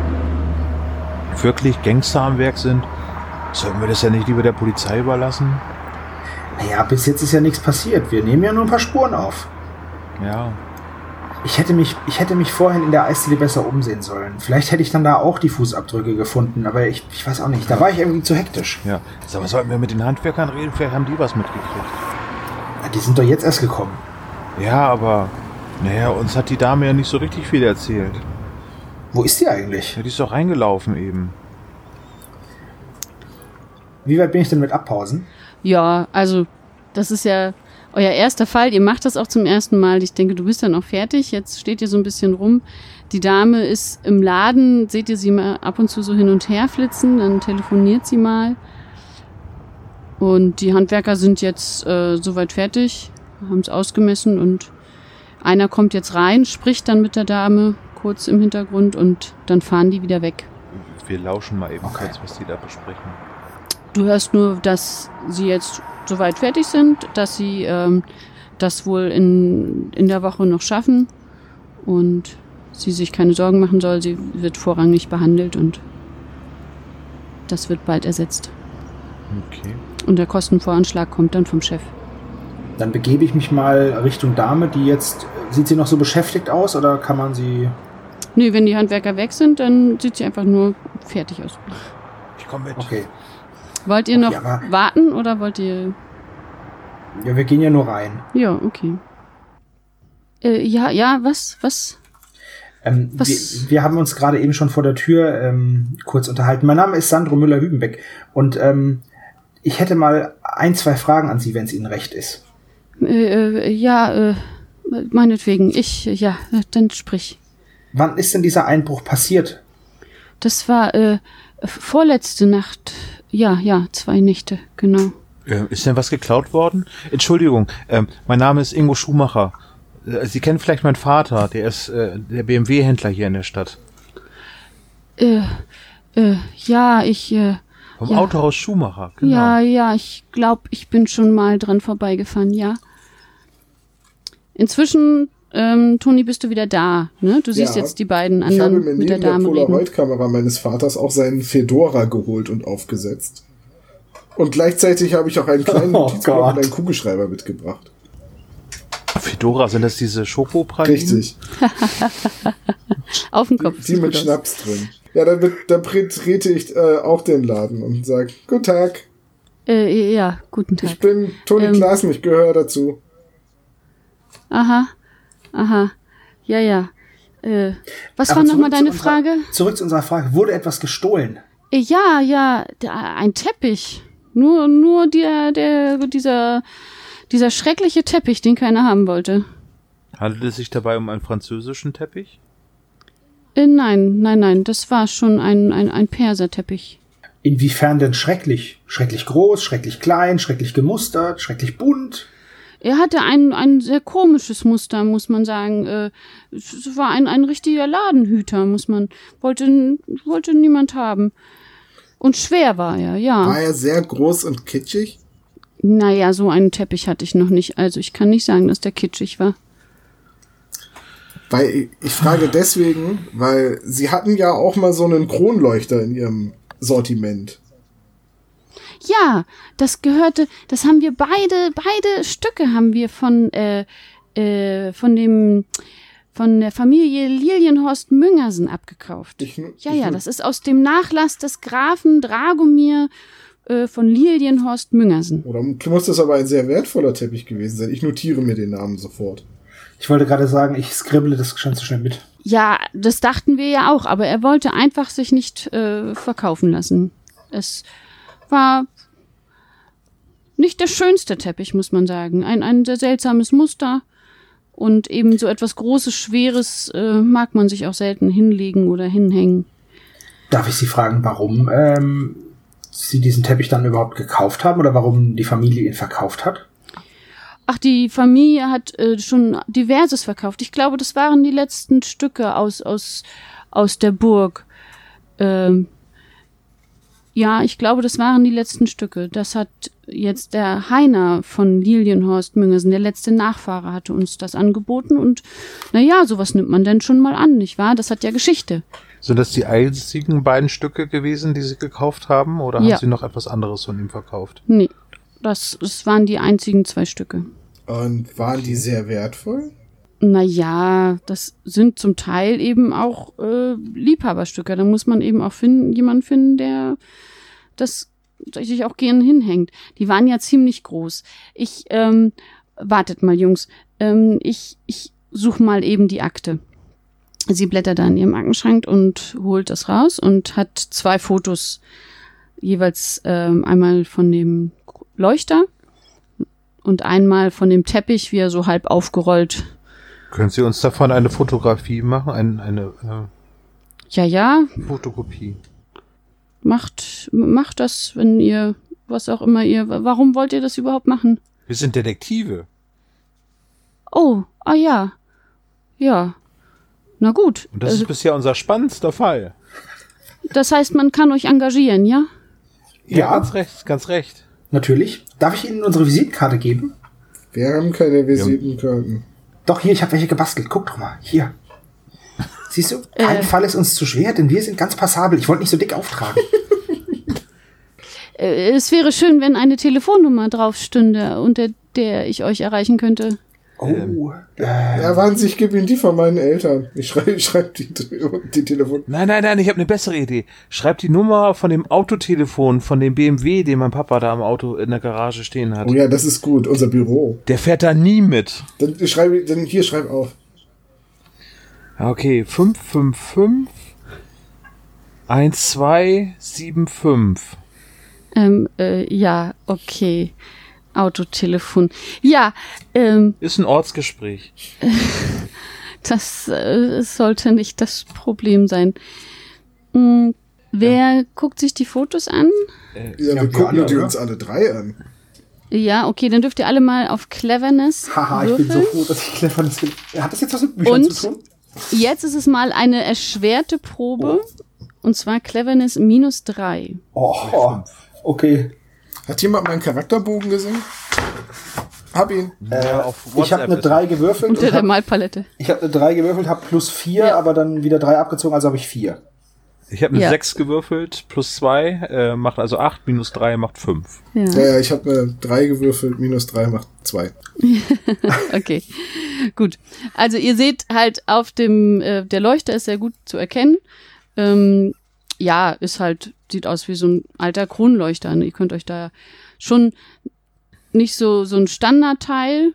C: wirklich Gangster am Werk sind, sollten wir das ja nicht lieber der Polizei überlassen?
E: Naja, bis jetzt ist ja nichts passiert. Wir nehmen ja nur ein paar Spuren auf.
C: Ja.
E: Ich hätte mich, ich hätte mich vorhin in der Eisdiele besser umsehen sollen. Vielleicht hätte ich dann da auch die Fußabdrücke gefunden, aber ich, ich weiß auch nicht. Da war ich irgendwie zu hektisch.
C: Ja. Sag mal, sollten wir mit den Handwerkern reden? Vielleicht haben die was mitgekriegt.
E: Ja, Ah, Die sind doch jetzt erst gekommen.
C: Ja, aber. Naja, uns hat die Dame ja nicht so richtig viel erzählt.
E: Wo ist die eigentlich?
C: Ja, die ist doch reingelaufen eben.
E: Wie weit bin ich denn mit Abpausen?
D: Ja, also das ist ja euer erster Fall. Ihr macht das auch zum ersten Mal. Ich denke, du bist dann auch fertig. Jetzt steht ihr so ein bisschen rum. Die Dame ist im Laden. Seht ihr sie mal ab und zu so hin und her flitzen. Dann telefoniert sie mal. Und die Handwerker sind jetzt äh, soweit fertig, haben es ausgemessen und einer kommt jetzt rein, spricht dann mit der Dame kurz im Hintergrund und dann fahren die wieder weg.
C: Wir lauschen mal eben
E: Okay.
C: kurz, was die da besprechen.
D: Du hörst nur, dass sie jetzt soweit fertig sind, dass sie ähm, das wohl in, in der Woche noch schaffen und sie sich keine Sorgen machen soll. Sie wird vorrangig behandelt und das wird bald ersetzt.
C: Okay.
D: Und der Kostenvoranschlag kommt dann vom Chef.
E: Dann begebe ich mich mal Richtung Dame, die jetzt. Sieht sie noch so beschäftigt aus oder kann man sie.
D: Nee, wenn die Handwerker weg sind, dann sieht sie einfach nur fertig aus.
C: Ich komme mit.
E: Okay.
D: Wollt ihr noch
E: Okay, aber-
D: warten oder wollt ihr
E: Ja, wir gehen ja nur rein.
D: Ja, okay. Äh, ja, ja, was, was?
E: Ähm,
D: Was-
E: wir, wir haben uns gerade eben schon vor der Tür ähm, kurz unterhalten. Mein Name ist Sandro Müller-Hübenbeck und ähm, ich hätte mal ein, zwei Fragen an Sie, wenn es Ihnen recht ist.
D: Äh, äh, ja, äh, meinetwegen. Ich, äh, ja, äh, dann sprich.
E: Wann ist denn dieser Einbruch passiert?
D: Das war äh, vorletzte Nacht. Ja, ja, zwei Nächte, genau.
C: Ähm, ist denn was geklaut worden? Entschuldigung, ähm, mein Name ist Ingo Schumacher. Äh, Sie kennen vielleicht meinen Vater, der ist äh, der BMW-Händler hier in der Stadt.
D: Äh, äh, ja, ich, äh,
C: Vom
D: Ja.
C: Autohaus Schumacher,
D: ja,
C: genau.
D: ja, ich glaube, ich bin schon mal dran vorbeigefahren, ja. Inzwischen, ähm, Toni, bist du wieder da, ne? Du siehst
B: Ja.
D: jetzt die beiden
B: Ich habe
D: anderen
B: mir
D: mit der
B: neben der,
D: Dame reden.
B: Polaroid-Kamera meines Vaters auch seinen Fedora geholt und aufgesetzt. Und gleichzeitig habe ich auch einen kleinen
E: Oh
B: Notizblock
E: Gott.
B: und einen Kugelschreiber mitgebracht.
C: Fedora, sind das diese Schokopralinen?
B: Richtig,
D: Auf den Kopf.
B: die
D: sieht
B: mit
D: gut aus.
B: Schnaps drin. Ja, dann, wird- dann trete ich äh, auch den Laden und sage, Guten Tag,
D: Äh, ja, guten Tag.
B: ich bin Toni
D: Ähm.
B: Klaassen, ich gehöre dazu.
D: Aha, aha, ja, ja. Äh, was
E: Aber
D: war nochmal
E: zurück zu
D: deine
E: unserer-
D: Frage?
E: Zurück zu unserer Frage. Wurde etwas gestohlen?
D: Äh, Ja, ja, da, ein Teppich. Nur, nur der, der, dieser, dieser schreckliche Teppich, den keiner haben wollte.
C: Handelt es sich dabei um einen französischen Teppich?
D: Äh, nein, nein, nein, das war schon ein, ein, ein Perserteppich.
E: Inwiefern denn schrecklich? Schrecklich groß, schrecklich klein, schrecklich gemustert, schrecklich bunt?
D: Er hatte ein, ein sehr komisches Muster, muss man sagen. Äh, es es war ein, ein richtiger Ladenhüter, muss man, wollte, wollte niemand haben. Und schwer war er, ja.
B: War er sehr groß und kitschig?
D: Naja, so einen Teppich hatte ich noch nicht. Also ich kann nicht sagen, dass der kitschig war.
B: Weil ich- ich
D: Ah.
B: frage deswegen, weil sie hatten ja auch mal so einen Kronleuchter in ihrem Sortiment.
D: Ja, das gehörte, das haben wir beide, beide Stücke haben wir von, äh, äh, von dem, von der Familie Lilienhorst Müngersen abgekauft.
B: Ich,
D: Ja, ja, das ist aus dem Nachlass des Grafen Dragomir äh, von Lilienhorst Müngersen.
B: Oder muss das aber ein sehr wertvoller Teppich gewesen sein? Ich notiere mir den Namen sofort.
E: Ich wollte gerade sagen, ich skribble das schon zu schnell mit.
D: Ja, das dachten wir ja auch, aber er wollte einfach sich nicht äh, verkaufen lassen. Es war nicht der schönste Teppich, muss man sagen. Ein, ein sehr seltsames Muster. Und eben so etwas Großes, Schweres äh, mag man sich auch selten hinlegen oder hinhängen.
E: Darf ich Sie fragen, warum ähm, Sie diesen Teppich dann überhaupt gekauft haben oder warum die Familie ihn verkauft hat?
D: Ach, die Familie hat äh, schon diverses verkauft. Ich glaube, das waren die letzten Stücke aus, aus, aus der Burg. Ähm, ja, ich glaube, das waren die letzten Stücke. Das hat jetzt der Heiner von Lilienhorst Müngersen, der letzte Nachfahre, hatte uns das angeboten. Und na ja, sowas nimmt man denn schon mal an, nicht wahr? Das hat ja Geschichte.
C: Sind das die einzigen beiden Stücke gewesen, die Sie gekauft haben? Oder
D: Ja.
C: haben Sie noch etwas anderes von ihm verkauft?
D: Nee, das, das waren die einzigen zwei Stücke.
B: Und waren die sehr wertvoll?
D: Naja, das sind zum Teil eben auch äh, Liebhaberstücke. Da muss man eben auch finden, jemanden finden, der das sich auch gerne hinhängt. Die waren ja ziemlich groß. Ich, ähm, wartet mal, Jungs. Ähm, ich, ich such mal eben die Akte. Sie blättert da in ihrem Aktenschrank und holt das raus und hat zwei Fotos. Jeweils ähm, einmal von dem Leuchter und einmal von dem Teppich, wie er so halb aufgerollt
C: Können Sie uns davon eine Fotografie machen? Ein, eine
D: Ja, ja,
C: äh, Fotokopie?
D: macht, macht das, wenn ihr, was auch immer ihr, wa- warum wollt ihr das überhaupt machen?
C: Wir sind Detektive.
D: Oh, ah ja, ja. Na gut,
C: Und das
D: also,
C: ist bisher unser spannendster Fall.
D: das heißt, man kann euch engagieren, ja?
E: Ja.
C: ganz recht, ganz recht.
E: Natürlich. Darf ich Ihnen unsere Visitenkarte geben?
B: Wir haben keine Visitenkarten.
E: Doch, hier, ich habe welche gebastelt. Guck doch mal. Hier. Siehst du,
D: Äh.
E: kein Fall ist uns zu schwer, denn wir sind ganz passabel. Ich wollte nicht so dick auftragen.
D: Äh, Es wäre schön, wenn eine Telefonnummer drauf stünde, unter der ich euch erreichen könnte. Ähm.
E: Oh. Äh,
B: Ja, Wahnsinn, ich gebe Ihnen die von meinen Eltern. Ich schreibe ich schreib die, die Telefon.
C: Nein, nein, nein, ich habe eine bessere Idee. Schreib die Nummer von dem Autotelefon, von dem BMW, den mein Papa da im Auto in der Garage stehen hat.
B: Oh ja, das ist gut, unser Büro.
C: Der fährt da nie mit.
B: Dann schreibe ich- dann hier schreib auf.
C: Ah, Okay, 555 1275.
D: Ähm, äh, ja, okay. Autotelefon. Ja, ähm,
C: Ist ein Ortsgespräch.
D: Das äh, sollte nicht das Problem sein. Hm, wer guckt sich die Fotos an?
B: Ja,
E: Ja,
B: wir
E: wir
B: gucken
E: alle,
B: die
E: oder?
B: uns alle drei an.
D: Ja, okay, dann dürft ihr alle mal auf Cleverness
E: haha, ich bin
D: würfeln.
E: so froh, dass ich clever das bin. Hat das jetzt was mit Büchern
D: Und?
E: zu tun?
D: Jetzt ist es mal eine erschwerte Probe. Und zwar Cleverness minus drei.
E: Oh, okay.
B: Hat jemand meinen Charakterbogen gesehen? Hab ihn.
C: Ja,
E: Äh,
C: auf
E: ich habe
C: WhatsApp
E: eine
C: ist-
E: 3 gewürfelt.
D: Unter
E: Und
D: der
E: hab,
D: Malpalette.
E: ich habe eine 3 gewürfelt, habe plus 4, aber dann wieder 3 abgezogen, also habe ich 4.
C: Ich habe eine
D: Ja.
C: 6 gewürfelt, plus 2 äh, macht also 8, minus 3 macht 5.
B: Ja,
D: Ja,
B: ja, ich habe eine 3 gewürfelt, minus 3 macht 2.
D: okay. gut. Also ihr seht halt auf dem, äh, der Leuchter ist sehr gut zu erkennen. Ähm, ja, ist halt, sieht aus wie so ein alter Kronleuchter. Ne? Ihr könnt euch da schon nicht so, so ein Standardteil,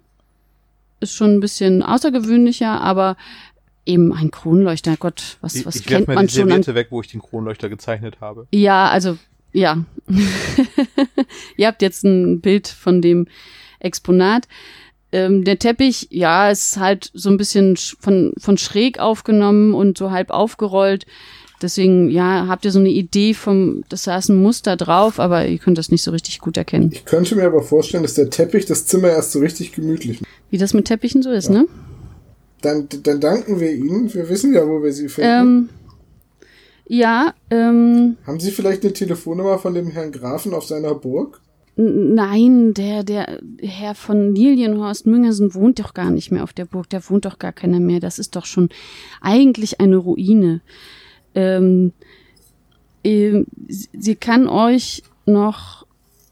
D: ist schon ein bisschen außergewöhnlicher, aber eben ein Kronleuchter, Gott, was,
C: Ich,
D: was
C: ich werf
D: kennt
C: mir
D: man
C: die
D: schon an
C: Serviette weg, wo ich den Kronleuchter gezeichnet habe.
D: ja, also, ja. Ihr habt jetzt ein Bild von dem Exponat. Ähm, der Teppich, ja, ist halt so ein bisschen sch- von, von schräg aufgenommen und so halb aufgerollt. Deswegen, ja, habt ihr so eine Idee vom, das saß ein Muster drauf, aber ihr könnt das nicht so richtig gut erkennen.
B: Ich könnte mir aber vorstellen, dass der Teppich das Zimmer erst so richtig gemütlich macht.
D: Wie das mit Teppichen so ist, ne?
B: Dann, dann danken wir Ihnen. Wir wissen ja, wo wir Sie finden.
D: Ähm, ja, ähm,
B: Haben Sie vielleicht eine Telefonnummer von dem Herrn Grafen auf seiner Burg?
D: N- Nein, der, der Herr von Lilienhorst Müngersen wohnt doch gar nicht mehr auf der Burg. Da wohnt doch gar keiner mehr. Das ist doch schon eigentlich eine Ruine. Ähm, ähm, sie sie kann euch noch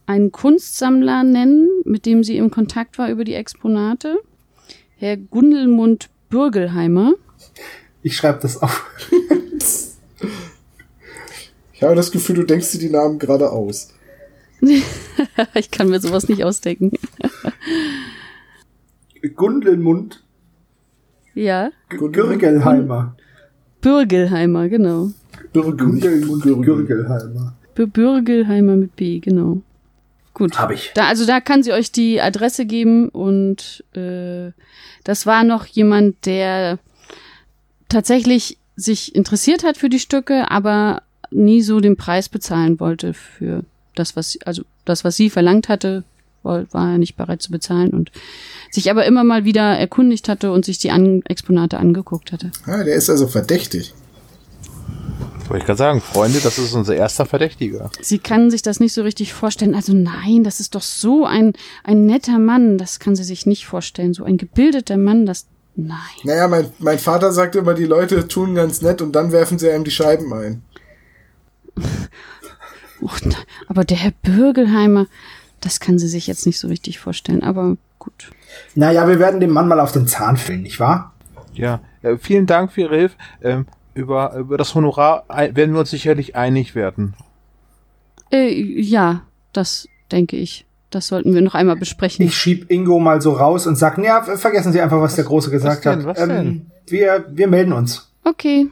D: einen Kunstsammler nennen, mit dem sie im Kontakt war über die Exponate. Herr Gundelmund Bürgelheimer.
E: Ich schreibe das auf.
B: Ich habe das Gefühl, du denkst dir die Namen gerade aus.
D: ich kann mir sowas nicht ausdenken.
E: Gundelmund
D: Ja.
E: G- Gürgelheimer.
D: Bürgelheimer, genau.
E: Gundelmund Gürgelheimer.
D: Bür- Bürgelheimer mit B, genau. Gut.
E: Hab ich.
D: Da, also da kann sie euch die Adresse geben und äh, das war noch jemand, der tatsächlich sich interessiert hat für die Stücke, aber nie so den Preis bezahlen wollte für das, was sie- also das, was sie verlangt hatte, woll- war er nicht bereit zu bezahlen und sich aber immer mal wieder erkundigt hatte und sich die An Exponate angeguckt hatte.
B: Ah, der ist also verdächtig.
C: Wollte ich gerade sagen, Freunde, das ist unser erster Verdächtiger.
D: Sie kann sich das nicht so richtig vorstellen. Also nein, das ist doch so ein, ein netter Mann. Das kann sie sich nicht vorstellen. So ein gebildeter Mann, das, nein.
B: Naja, mein, mein Vater sagt immer, die Leute tun ganz nett und dann werfen sie einem die Scheiben ein.
D: Och, nein. Aber der Herr Bürgelheimer, das kann sie sich jetzt nicht so richtig vorstellen. Aber gut.
E: Naja, wir werden dem Mann mal auf den Zahn füllen, nicht wahr?
C: Ja, äh, vielen Dank für Ihre Hilfe. Ähm, über, über das Honorar ei- werden wir uns sicherlich einig werden.
D: Äh, ja, das denke ich. Das sollten wir noch einmal besprechen.
E: Ich schieb Ingo mal so raus und sag, ja, vergessen Sie einfach, was der Große gesagt
C: denn?
E: hat. Ähm,
C: Was denn?
E: Wir, wir melden uns.
D: okay.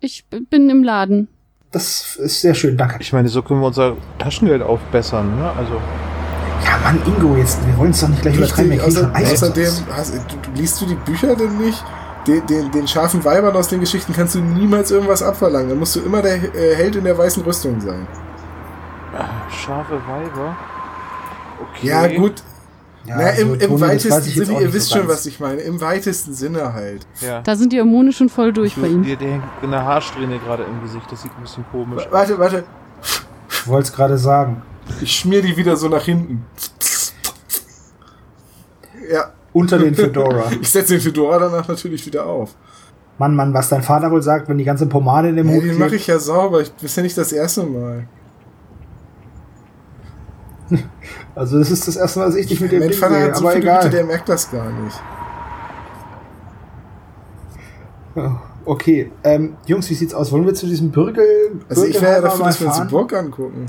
D: Ich b- bin im Laden.
E: Das ist sehr schön, danke.
C: Ich meine, so können wir unser Taschengeld aufbessern, ne? Also,
E: Ja, Mann, Ingo, jetzt, wir wollen es doch nicht gleich übertreiben. Wir
B: Richtig,
E: kriegen
B: außer,
E: schon
B: außerdem,
E: Eis.
B: hast, du, du, liest du die Bücher denn nicht? Den, den, den scharfen Weibern aus den Geschichten kannst du niemals irgendwas abverlangen. Da musst du immer der äh, Held in der weißen Rüstung sein.
C: scharfe Weiber. Okay.
B: Ja, gut.
E: Ja,
B: Na, im,
E: so,
B: im
E: Toni, das
B: weitesten
E: weiß ich jetzt
B: Sinne,
E: auch
B: ihr
E: nicht
B: wisst
E: so
B: schon,
E: ganz.
B: was ich meine. Im weitesten Sinne halt.
C: Ja.
D: Da sind die Hormone schon voll durch bei ihm.
C: Dir, dir hängt eine Haarsträhne gerade im Gesicht, das sieht ein bisschen komisch aus.
B: Warte, warte.
E: Ich wollte es gerade sagen.
B: Ich schmier die wieder so nach hinten. Ja,
E: Unter den Fedora.
B: ich setze den Fedora danach natürlich wieder auf.
E: Mann, Mann, was dein Vater wohl sagt, wenn die ganze Pomade in dem
B: Hey,
E: Hut
B: den
E: liegt.
B: mache ich ja sauber. Ich das ist ja nicht das erste Mal.
E: Also das ist das erste Mal, dass ich dich mit dem
B: mein
E: Ding
B: Vater
E: sehe,
B: hat so
E: aber
B: viele Güte, der
E: egal.
B: merkt das gar nicht.
E: Oh, Okay, ähm, Jungs, wie sieht's aus? Wollen wir zu diesem Bürgel
B: Also ich wäre ja dafür,
E: Bürgelheimer mal
B: dass wir uns die
E: fahren?
B: Burg angucken.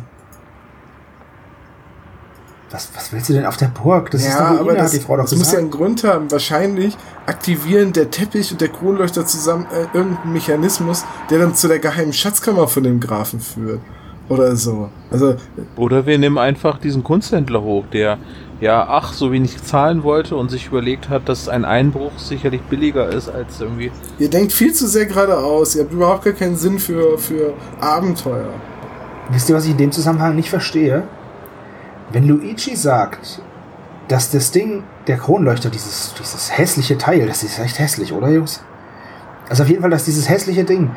E: Was, was willst du denn auf der Burg? Das ist doch
B: Ja,
E: eine
B: aber
E: Ruine,
B: das,
E: hat die Frau doch
B: das muss ja
E: gesagt.
B: einen Grund haben. Wahrscheinlich aktivieren der Teppich und der Kronleuchter zusammen äh, irgendeinen Mechanismus, der dann zu der geheimen Schatzkammer von dem Grafen führt. Oder so. Also,
C: Oder wir nehmen einfach diesen Kunsthändler hoch, der ja, ach, so wenig zahlen wollte und sich überlegt hat, dass ein Einbruch sicherlich billiger ist als irgendwie.
B: ihr denkt viel zu sehr geradeaus. Ihr habt überhaupt gar keinen Sinn für, für Abenteuer.
E: Wisst ihr, was ich in dem Zusammenhang nicht verstehe? Wenn Luigi sagt, dass das Ding, der Kronleuchter, dieses, dieses hässliche Teil, das ist echt hässlich, oder Jungs? Also auf jeden Fall, dass dieses hässliche Ding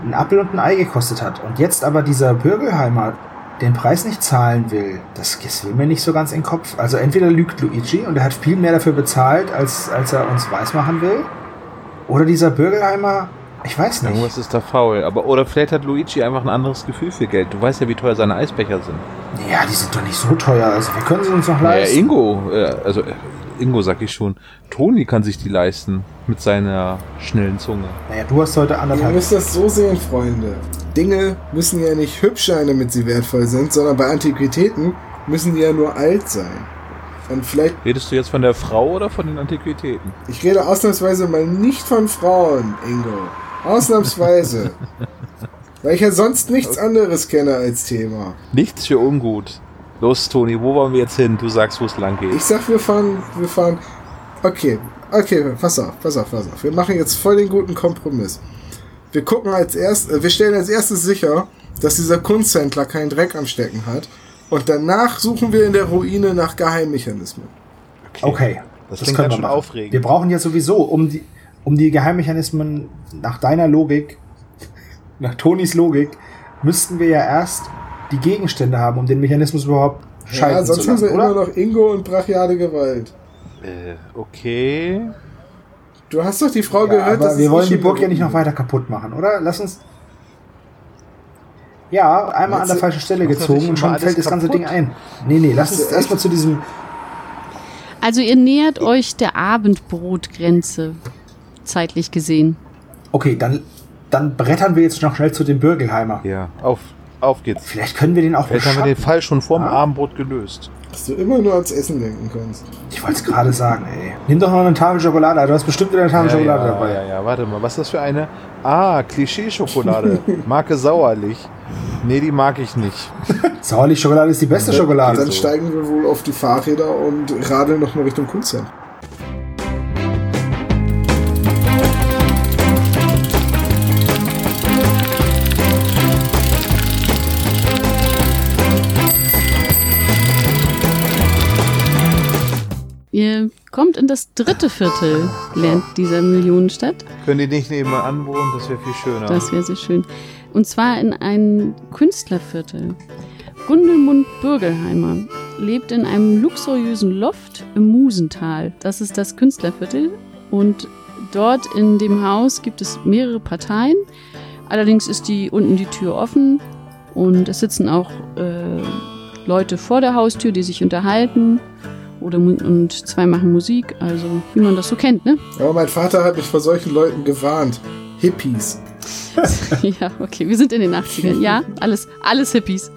E: einen Apfel und ein Ei gekostet hat und jetzt aber dieser Bürgelheimer den Preis nicht zahlen will, das, das will mir nicht so ganz in den Kopf. Also entweder lügt Luigi und er hat viel mehr dafür bezahlt, als, als er uns weismachen will, oder dieser Bürgelheimer, ich weiß nicht.
C: Irgendwas ist da faul. Aber oder vielleicht hat Luigi einfach ein anderes Gefühl für Geld. Du weißt ja, wie teuer seine Eisbecher sind.
E: Ja, die sind doch nicht so teuer, also wir können sie uns noch
C: Naja,
E: leisten.
C: Ingo, äh, also äh, Ingo sag ich schon. Toni kann sich die leisten mit seiner schnellen Zunge.
E: Naja, du hast heute
B: Ihr
E: anderthalb.
B: müsst das so sehen, Freunde. Dinge müssen ja nicht hübsch sein, damit sie wertvoll sind, sondern bei Antiquitäten müssen die ja nur alt sein. Und vielleicht,
C: Redest du jetzt von der Frau oder von den Antiquitäten?
B: ich rede ausnahmsweise mal nicht von Frauen, Ingo. Ausnahmsweise. Weil ich ja sonst nichts anderes kenne als Thema.
C: Nichts für ungut. Los, Toni, wo wollen wir jetzt hin? Du sagst, wo es lang geht.
B: Ich sag, wir fahren, wir fahren. Okay, okay, pass auf, pass auf, pass auf. Wir machen jetzt voll den guten Kompromiss. Wir gucken als erst, äh, wir stellen als erstes sicher, dass dieser Kunsthändler keinen Dreck am Stecken hat. Und danach suchen wir in der Ruine nach Geheimmechanismen.
E: Okay,
C: Das
E: das,
C: klingt
E: können
C: ganz
E: wir
C: schön
E: machen.
C: aufregend.
E: Wir brauchen ja sowieso, um die, um die Geheimmechanismen nach deiner Logik, nach Tonis Logik, müssten wir ja erst die Gegenstände haben, um den Mechanismus überhaupt
B: Ja,
E: schalten zu
B: sonst haben wir
E: lassen,
B: immer
E: oder?
B: noch Ingo und brachiale Gewalt.
C: Äh, okay.
B: Du hast doch die Frau
E: Ja,
B: gehört,
E: aber
B: es
E: wir wollen die
B: schon
E: Burg ja nicht noch
B: gerufen
E: weiter kaputt machen, oder? Lass uns. Ja, einmal an
B: Jetzt-
E: der falschen Stelle
C: Machst du
E: gezogen
C: natürlich
E: und
C: immer
E: schon
C: alles
E: fällt das ganze
C: kaputt.
E: Ding ein. Nee, nee, lass
B: Hast du
E: uns erstmal zu diesem
D: Also ihr nähert euch der Abendbrotgrenze, zeitlich gesehen.
E: Okay, dann, dann brettern wir jetzt noch schnell zu dem Bürgelheimer.
C: Ja, auf. Auf geht's.
E: Vielleicht können wir den auch
C: Vielleicht haben wir den
E: beschatten.
C: Fall schon vorm
E: Ja.
C: Abendbrot gelöst.
B: Dass du immer nur ans Essen denken kannst.
E: Ich wollte es gerade sagen, ey. Nimm doch noch eine Tafel Schokolade. Du hast bestimmt wieder eine Tafel Schokolade
C: ja,
E: dabei.
C: ja, ja, warte mal, was ist das für eine? Ah, Klischee-Schokolade. Marke Sauerlich. Nee, die mag ich nicht.
E: Sauerlich Schokolade ist die beste
C: Ja,
E: Schokolade.
B: Dann steigen wir wohl auf die Fahrräder und radeln nochmal Richtung Kunzheim.
D: Ihr kommt in das dritte Viertel, lernt dieser Millionenstadt.
C: Können die nicht nebenan wohnen? Das wäre viel schöner.
D: Das wäre sehr schön. Und zwar in einem Künstlerviertel. Gundelmund Bürgelheimer lebt in einem luxuriösen Loft im Musental. Das ist das Künstlerviertel. Und dort in dem Haus gibt es mehrere Parteien. Allerdings ist die unten die Tür offen und es sitzen auch äh, Leute vor der Haustür, die sich unterhalten. Oder mu- und zwei machen Musik, also wie man das so kennt, ne?
B: Aber mein Vater hat mich vor solchen Leuten gewarnt. Hippies.
D: ja, okay, wir sind in den 80ern. Ja, alles, alles Hippies.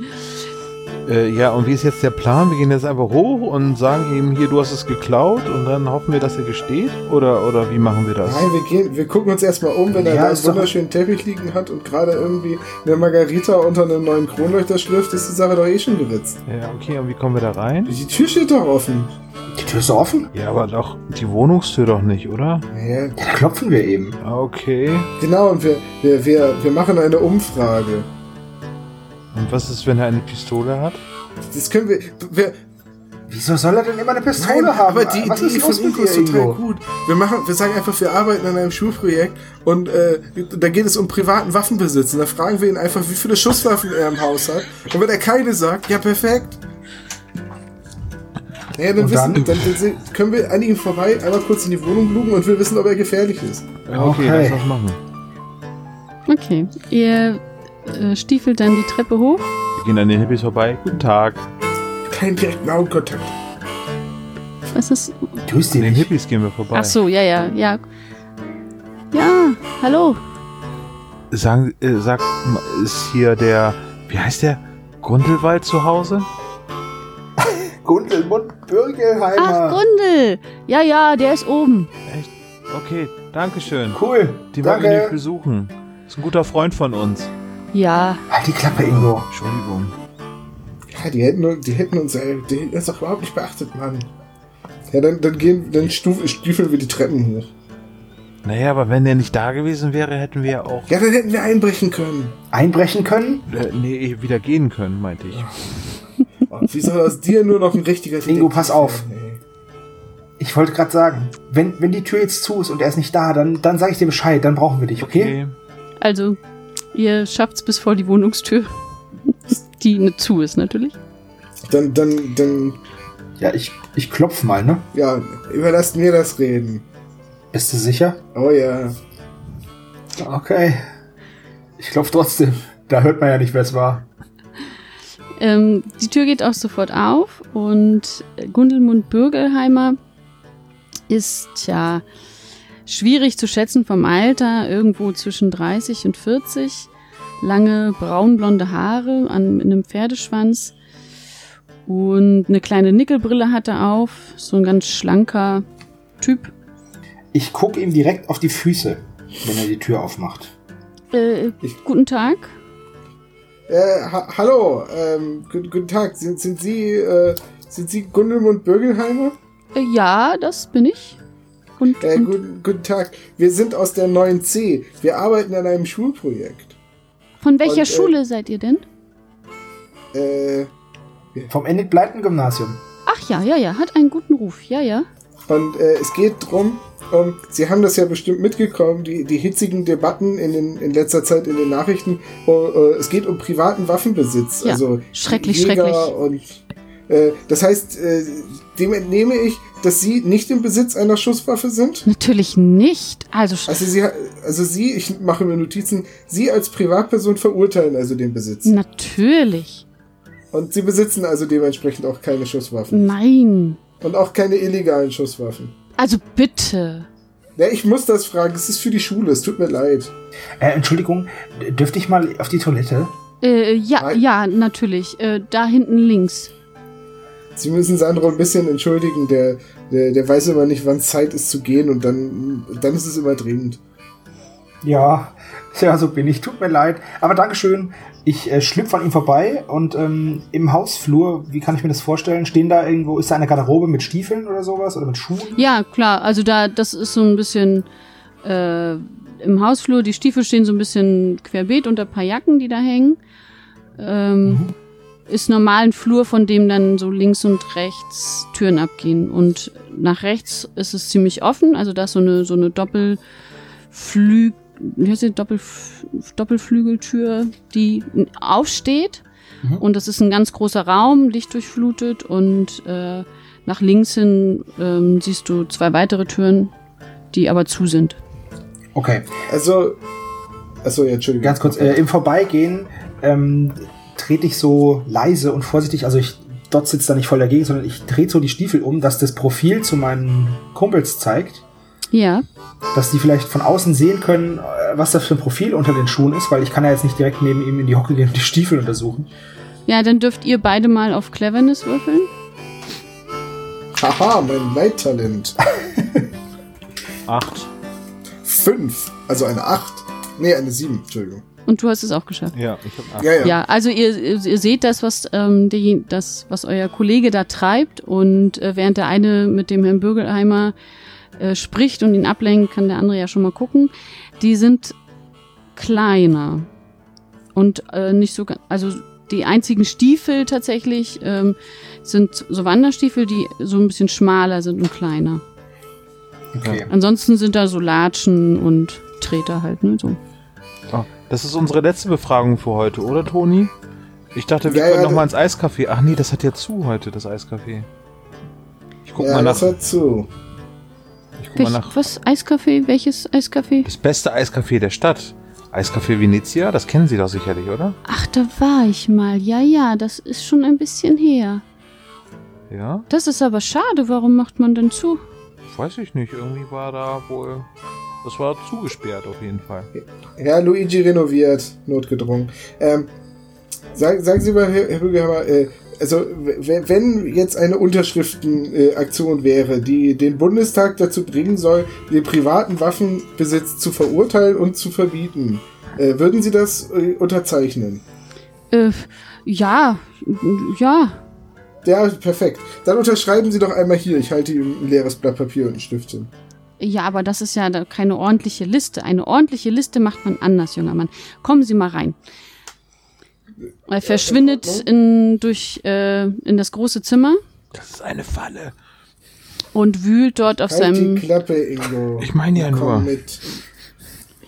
C: Äh, ja, und wie ist jetzt der Plan? Wir gehen jetzt einfach hoch und sagen ihm hier, du hast es geklaut und dann hoffen wir, dass er gesteht? Oder, oder wie machen wir das?
B: Nein, wir, gehen, wir gucken uns erstmal um, wenn er
E: Ja,
B: da einen
E: ist doch-
B: wunderschönen Teppich liegen hat und gerade irgendwie eine Margarita unter einem neuen Kronleuchter schlürft, ist die Sache doch eh schon geritzt.
C: Ja, okay, und wie kommen wir da rein?
B: Die Tür steht doch offen.
E: Die Tür ist offen.
C: Ja, aber doch, die Wohnungstür doch nicht, oder?
B: Ja,
E: Ja, da klopfen wir eben.
C: Ah, Okay.
B: genau, und wir, wir, wir, wir machen eine Umfrage.
C: Und was ist, wenn er eine Pistole hat?
B: Das können wir. wir
E: Wieso soll er denn immer eine Pistole
B: nein,
E: haben?
B: aber die
E: Was
B: Idee
E: ist los
B: von
E: mit
B: Ingo
E: dir,
B: ist total
E: Ingo?
B: gut. Wir, machen, wir sagen einfach, wir arbeiten an einem Schulprojekt und äh, da geht es um privaten Waffenbesitz. Und da fragen wir ihn einfach, wie viele Schusswaffen er im Haus hat. Und wenn er keine sagt, ja perfekt. Ja, dann,
E: Und
B: wissen, dann?
E: dann?
B: Dann, se- können wir an ihm vorbei, einmal kurz in die Wohnung lugen und wir wissen, ob er gefährlich ist.
C: Ja, Okay,
E: Okay.
C: lass das machen.
D: Okay, ihr äh, stiefelt dann die Treppe hoch.
C: Wir gehen an den Hippies vorbei. Guten Tag.
B: Keinen direkten Augenkontakt.
D: Was ist?
E: Grüß
C: An den
E: dich.
C: Hippies gehen wir vorbei.
D: Ach so, ja, ja, ja. Ja, hallo.
C: Sagen, äh, sag, m- ist hier der, wie heißt der? Grundelwald zu Hause?
E: Gundelmund
D: Ach,
E: Bürgelheimer.
D: Gundel. Ja, ja, der ist oben.
C: Okay, Dankeschön.
E: cool.
C: Die wollen wir nicht
E: Danke.
C: besuchen. Ist ein guter Freund von uns.
D: Ja,
E: Halt die Klappe, Ingo.
C: Entschuldigung.
B: Ja, die hätten, die hätten uns äh, die hätten uns doch überhaupt nicht beachtet, Mann. Ja, dann, dann gehen, dann stuf, stiefeln wir die Treppen hoch.
C: Naja, aber wenn er nicht da gewesen wäre, hätten wir ja auch
B: Ja, dann hätten wir einbrechen können.
E: Einbrechen können?
C: äh, nee, wieder gehen können, meinte ich.
B: Und wie soll aus dir nur noch ein richtiger
E: Ingo, pass
B: Detektiv
E: auf.
B: werden,
E: Ich wollte gerade sagen, wenn, wenn die Tür jetzt zu ist und er ist nicht da, dann, dann sage ich dir Bescheid, dann brauchen wir dich, okay?
D: also ihr schafft's bis vor die Wohnungstür, die nicht zu ist natürlich.
B: ey? Dann, dann, dann,
E: Ja, ich, ich klopf mal, ne?
B: ja, überlasst mir das Reden.
E: Bist du sicher?
B: Oh ja.
E: Okay. Ich klopf trotzdem. Da hört man ja nicht, wer es war.
D: Ähm, die Tür geht auch sofort auf und Gundelmund Bürgelheimer ist ja schwierig zu schätzen vom Alter, irgendwo zwischen 30 und 40, lange braunblonde Haare an in einem Pferdeschwanz und eine kleine Nickelbrille hat er auf, so ein ganz schlanker Typ.
E: Ich guck ihm direkt auf die Füße, wenn er die Tür aufmacht.
D: Äh,
B: Ich-
D: guten Tag.
B: Äh, ha hallo, ähm, gu- guten Tag. Sind, sind Sie, äh, sind Sie Gundelmund Bürgelheimer?
D: Äh, ja, das bin ich. Und,
E: Mhm.
B: Äh,
D: und
B: guten, guten Tag. Wir sind aus der 9C. Wir arbeiten an einem Schulprojekt.
D: von welcher
B: und, äh,
D: Schule seid ihr denn?
B: Äh,
E: Vom Enid Blyton Gymnasium.
D: Ach ja, ja, ja, hat einen guten Ruf. Ja, ja.
B: Und äh, es geht drum, ähm, Sie haben das ja bestimmt mitgekommen, die, die hitzigen Debatten in, den, in letzter Zeit in den Nachrichten. Äh, äh, es geht um privaten Waffenbesitz.
D: Ja,
B: also
D: schrecklich, schrecklich.
B: Und, äh, das heißt, äh, dem entnehme ich, dass Sie nicht im Besitz einer Schusswaffe sind.
D: Natürlich nicht. Also, sch-
B: Also Sie, also Sie, ich mache mir Notizen, Sie als Privatperson verurteilen also den Besitz.
D: natürlich.
B: Und Sie besitzen also dementsprechend auch keine Schusswaffen.
D: Nein.
B: Und auch keine illegalen Schusswaffen.
D: Also bitte.
B: Ja, ich muss das fragen, es ist für die Schule, es tut mir leid.
E: Äh, Entschuldigung, d- dürfte ich mal auf die Toilette?
D: Äh, ja,
B: Nein.
D: ja, natürlich. Äh, da hinten links.
B: Sie müssen Sandro ein bisschen entschuldigen, der, der, der weiß immer nicht, wann Zeit ist zu gehen und dann, dann ist es immer dringend.
E: Ja, ja, so bin ich. Tut mir leid. Aber Dankeschön. Ich äh, schlüpfe an ihm vorbei und ähm, im Hausflur, wie kann ich mir das vorstellen? Stehen da irgendwo, ist da eine Garderobe mit Stiefeln oder sowas? Oder mit Schuhen?
D: Ja, klar. Also da, das ist so ein bisschen äh, im Hausflur. Die Stiefel stehen so ein bisschen querbeet unter ein paar Jacken, die da hängen. Ähm, Ist normal ein Flur, von dem dann so links und rechts Türen abgehen. Und nach rechts ist es ziemlich offen. Also da ist so eine, so eine Doppelflü wie heißt die? Doppelf Doppelflügeltür, die aufsteht.
E: Mhm.
D: Und das ist ein ganz großer Raum, lichtdurchflutet und äh, nach links hin ähm, siehst du zwei weitere Türen, die aber zu sind.
E: Okay.
B: Also, achso, ja, Entschuldigung.
E: Ganz kurz, äh, im Vorbeigehen ähm, trete ich so leise und vorsichtig, also ich dort sitzt da nicht voll dagegen, sondern ich drehe so die Stiefel um, dass das Profil zu meinen Kumpels zeigt,
D: Ja,
E: dass die vielleicht von außen sehen können, äh, was das für ein Profil unter den Schuhen ist, weil ich kann ja jetzt nicht direkt neben ihm in die Hocke gehen und die Stiefel untersuchen.
D: ja, dann dürft ihr beide mal auf Cleverness würfeln.
B: Haha, mein Leittalent.
C: Acht.
B: Fünf, also eine Acht. Nee, eine Sieben, Entschuldigung.
D: Und du hast es auch geschafft.
C: Ja, ich hab acht.
B: Ja, ja.
D: Ja, also ihr, ihr seht das, was ähm, die, das, was euer Kollege da treibt und äh, während der eine mit dem Herrn Bürgelheimer äh, spricht und ihn ablenkt, kann der andere ja schon mal gucken. Die sind kleiner und äh, nicht so, ga- also die einzigen Stiefel tatsächlich ähm, sind so Wanderstiefel, die so ein bisschen schmaler sind und kleiner.
E: Okay.
D: Ansonsten sind da so Latschen und Treter halt, ne? So.
C: Ah, Das ist unsere letzte Befragung für heute, oder Toni? Ich dachte, wir
B: Ja,
C: können
B: ja,
C: noch mal ins Eiscafé. Ach nee, das hat ja zu heute, das Eiscafé. Ich guck
B: ja
C: mal
B: das
C: nach.
B: hört zu.
C: Ich guck mal
D: Welch,
C: nach.
D: was? Eiskaffee? Welches Eiskaffee?
C: Das beste Eiscafé der Stadt. Eiscafé Venezia, das kennen Sie doch sicherlich, oder?
D: Ach, da war ich mal. Ja, ja, das ist schon ein bisschen her.
C: Ja,
D: Das ist aber schade. Warum macht man denn zu?
C: weiß ich nicht. Irgendwie war da wohl. Das war zugesperrt auf jeden Fall.
B: Ja, Luigi renoviert, notgedrungen. Ähm, sag, sagen Sie mal, Herr, Herr Bürgerhammer, äh, also w- wenn jetzt eine Unterschriftenaktion äh, Aktion wäre, die den Bundestag dazu bringen soll, den privaten Waffenbesitz zu verurteilen und zu verbieten, äh, würden Sie das äh, unterzeichnen?
D: Äh, ja, ja.
B: Ja, perfekt. Dann unterschreiben Sie doch einmal hier. Ich halte ihm ein leeres Blatt Papier und einen Stift hin.
D: Ja, aber das ist ja da keine ordentliche Liste. Eine ordentliche Liste macht man anders, junger Mann. Kommen Sie mal rein. Er verschwindet in, durch, äh, in das große Zimmer
C: Das ist eine Falle.
D: und wühlt dort auf
B: Halt die
D: seinem,
B: Klappe, Ingo.
C: Ich meine ja nur.
B: Komm mit.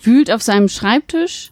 D: wühlt auf seinem Schreibtisch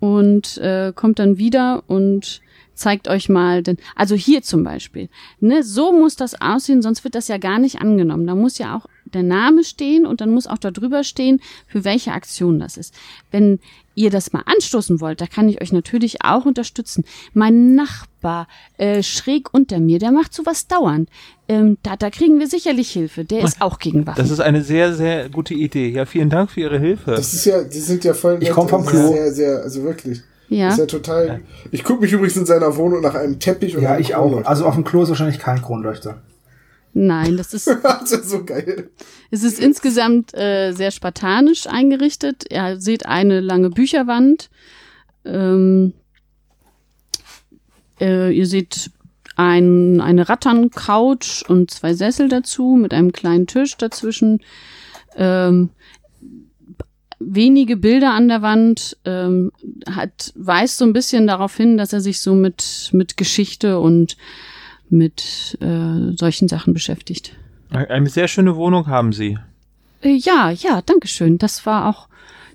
D: und äh, kommt dann wieder und zeigt euch mal den, also hier zum Beispiel, ne, so muss das aussehen, sonst wird das ja gar nicht angenommen. Da muss ja auch der Name stehen und dann muss auch da drüber stehen, für welche Aktion das ist. Wenn ihr das mal anstoßen wollt, da kann ich euch natürlich auch unterstützen. Mein Nachbar äh, schräg unter mir, der macht sowas dauernd. Ähm, da, da kriegen wir sicherlich Hilfe. Der ist auch gegen Waffen.
C: Das ist eine sehr, sehr gute Idee. Ja, vielen Dank für Ihre Hilfe.
B: Das ist ja, die sind ja voll.
E: Ich komm vom
B: und das ist
E: Klo.
B: Sehr, sehr, also wirklich.
D: Ja.
B: Ist ja total. Ich gucke mich übrigens in seiner Wohnung nach einem Teppich und
E: Ja,
B: einem
E: ich auch.
B: Kronleuchter.
E: Also auf dem Klo ist wahrscheinlich kein Kronleuchter.
D: Nein, das ist
B: das ist so geil.
D: Es ist insgesamt äh, sehr spartanisch eingerichtet. Ihr seht eine lange Bücherwand. Ähm, äh, ihr seht ein, eine Ratterncouch und zwei Sessel dazu mit einem kleinen Tisch dazwischen. Ähm, wenige Bilder an der Wand ähm, hat, weist so ein bisschen darauf hin, dass er sich so mit, mit Geschichte und mit äh, solchen Sachen beschäftigt.
C: Eine sehr schöne Wohnung haben Sie.
D: Äh, Ja, ja, danke schön. Das war auch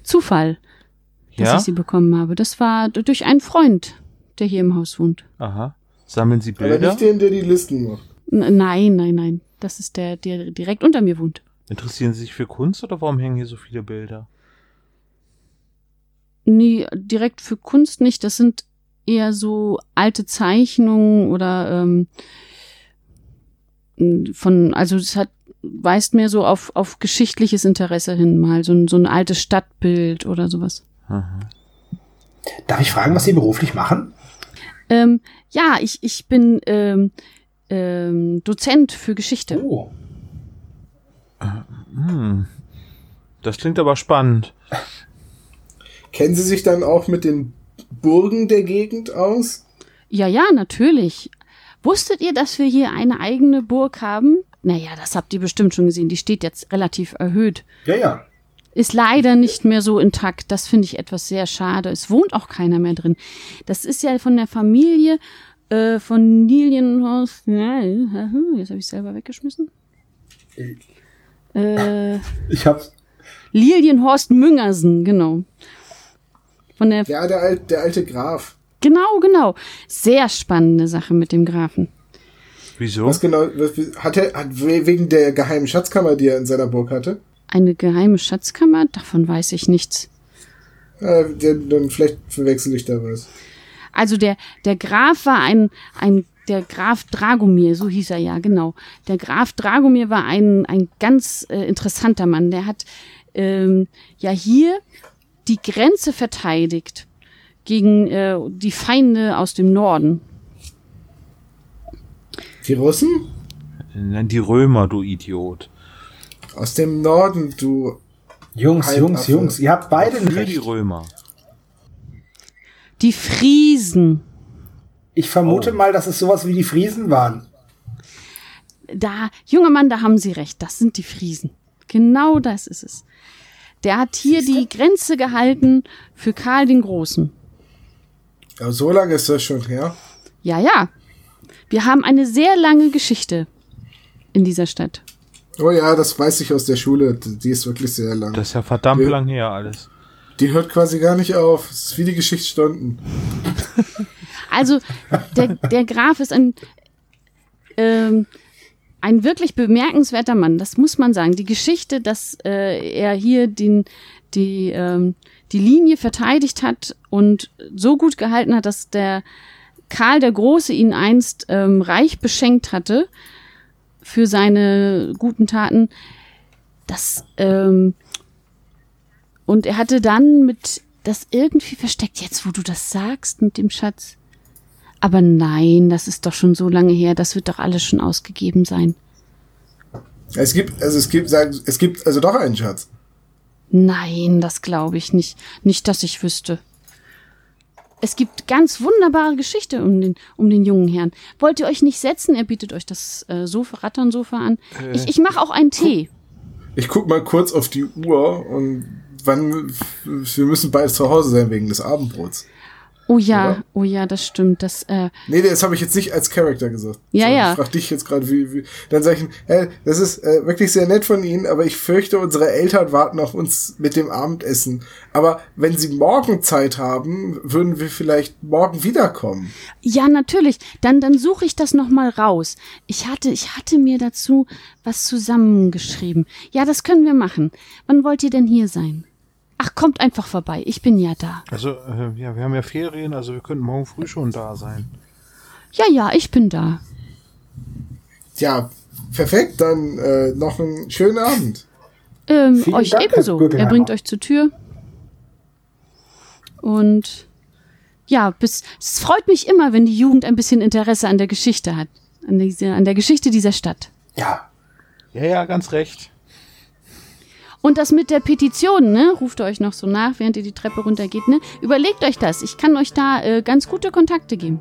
D: Zufall, dass
C: Ja?
D: ich sie bekommen habe. Das war d- durch einen Freund, der hier im Haus wohnt.
C: Aha. Sammeln Sie
B: Aber
C: Bilder?
B: nicht den, der die Listen macht.
D: N nein, nein, nein. Das ist der, der direkt unter mir wohnt.
C: Interessieren Sie sich für Kunst oder warum hängen hier so viele Bilder?
D: Nee, direkt für Kunst nicht. Das sind eher so alte Zeichnungen oder ähm, von, also es hat, weist mehr so auf, auf geschichtliches Interesse hin, mal so ein, so ein altes Stadtbild oder sowas.
C: Aha.
E: Darf ich fragen, was Sie beruflich machen?
D: Ähm, ja, ich, ich bin ähm, ähm, Dozent für Geschichte.
E: Oh.
C: Hm. Das klingt aber spannend.
B: Kennen Sie sich dann auch mit den Burgen der Gegend aus?
D: Ja, ja, natürlich. Wusstet ihr, dass wir hier eine eigene Burg haben? Naja, das habt ihr bestimmt schon gesehen. Die steht jetzt relativ erhöht.
E: Ja, ja.
D: Ist leider nicht mehr so intakt. Das finde ich etwas sehr schade. Es wohnt auch keiner mehr drin. Das ist ja von der Familie äh, von Lilienhorst. Nein, Jetzt habe ich selber weggeschmissen. Äh,
E: Ich hab's.
D: Lilienhorst Müngersen, genau. Von der
B: Ja, der, Al der alte Graf.
D: Genau, genau. Sehr spannende Sache mit dem Grafen.
C: Wieso?
B: Was genau, was, hat er, hat we- wegen der geheimen Schatzkammer, die er in seiner Burg hatte?
D: Eine geheime Schatzkammer, davon weiß ich nichts.
B: Äh, der, dann vielleicht verwechsel ich da was.
D: Also der, der Graf war ein, ein, der Graf Dragomir, so hieß er ja, genau. Der Graf Dragomir war ein, ein ganz äh, interessanter Mann. Der hat ähm, ja hier die Grenze verteidigt gegen äh, die Feinde aus dem Norden.
B: Die Russen?
C: Nein, die Römer, du Idiot.
B: Aus dem Norden, du.
E: Jungs,
B: Halt
E: Jungs,
B: ab.
E: Jungs, ihr habt beide
C: Für die
E: nicht. recht.
C: Römer.
D: Die Friesen.
E: Ich vermute mal, dass es sowas wie die Friesen waren.
D: Da, junger Mann, da haben Sie recht. Das sind die Friesen. Genau das ist es. Der hat hier die Grenze gehalten für Karl den Großen.
B: Ja, so lange ist das schon her.
D: Ja, ja. Wir haben eine sehr lange Geschichte in dieser Stadt.
B: Oh ja, das weiß ich aus der Schule. Die ist wirklich sehr lang.
C: Das ist ja verdammt
B: Ja.
C: lang her alles.
B: Die hört quasi gar nicht auf. Es ist wie die Geschichtsstunden.
D: Also, der, der Graf ist ein, ähm, ein wirklich bemerkenswerter Mann, das muss man sagen. Die Geschichte, dass äh, er hier den, die, ähm, die Linie verteidigt hat und so gut gehalten hat, dass der Karl der Große ihn einst ähm, reich beschenkt hatte für seine guten Taten. Das, ähm, und er hatte dann mit das irgendwie versteckt, jetzt wo du das sagst mit dem Schatz. Aber nein, das ist doch schon so lange her, das wird doch alles schon ausgegeben sein.
B: Es gibt, also es gibt, sagen- es gibt also doch einen Schatz.
D: Nein, das glaube ich nicht. Nicht, dass ich wüsste. Es gibt ganz wunderbare Geschichte um den, um den jungen Herrn. Wollt ihr euch nicht setzen? Er bietet euch das äh, Sofa, Ratternsofa an. ich ich mache auch einen Tee.
B: Ich guck mal kurz auf die Uhr und wann, wir müssen bald zu Hause sein wegen des Abendbrots.
D: Oh ja,
B: Oder?
D: oh ja, das stimmt. Das, äh,
B: Nee, das habe ich jetzt nicht als Charakter gesagt.
D: Ja,
B: Sondern
D: ja.
B: Ich frag dich jetzt gerade, wie, wie. Dann sage ich, ihm, hey, das ist äh, wirklich sehr nett von Ihnen, aber ich fürchte, unsere Eltern warten auf uns mit dem Abendessen. Aber wenn Sie morgen Zeit haben, würden wir vielleicht morgen wiederkommen.
D: Ja, natürlich. Dann, dann suche ich das nochmal raus. Ich hatte, ich hatte mir dazu was zusammengeschrieben. Ja, das können wir machen. Wann wollt ihr denn hier sein? Ach, kommt einfach vorbei. Ich bin ja da.
C: Also, äh, ja, wir haben ja Ferien, also wir könnten morgen früh schon da sein.
D: Ja, ja, ich bin da.
B: Ja, perfekt. Dann äh, noch einen schönen Abend.
D: Ähm,
E: Vielen
D: euch
E: Dank, Herr
D: ebenso. Er
E: Gürtelheimer.
D: bringt euch zur Tür. Und ja, bis, es freut mich immer, wenn die Jugend ein bisschen Interesse an der Geschichte hat. An, dieser, an der Geschichte dieser Stadt.
E: Ja.
C: Ja, ja, ganz recht.
D: Und das mit der Petition, ne? Ruft ihr euch noch so nach, während ihr die Treppe runtergeht, ne? Überlegt euch das. Ich kann euch da äh, ganz gute Kontakte geben.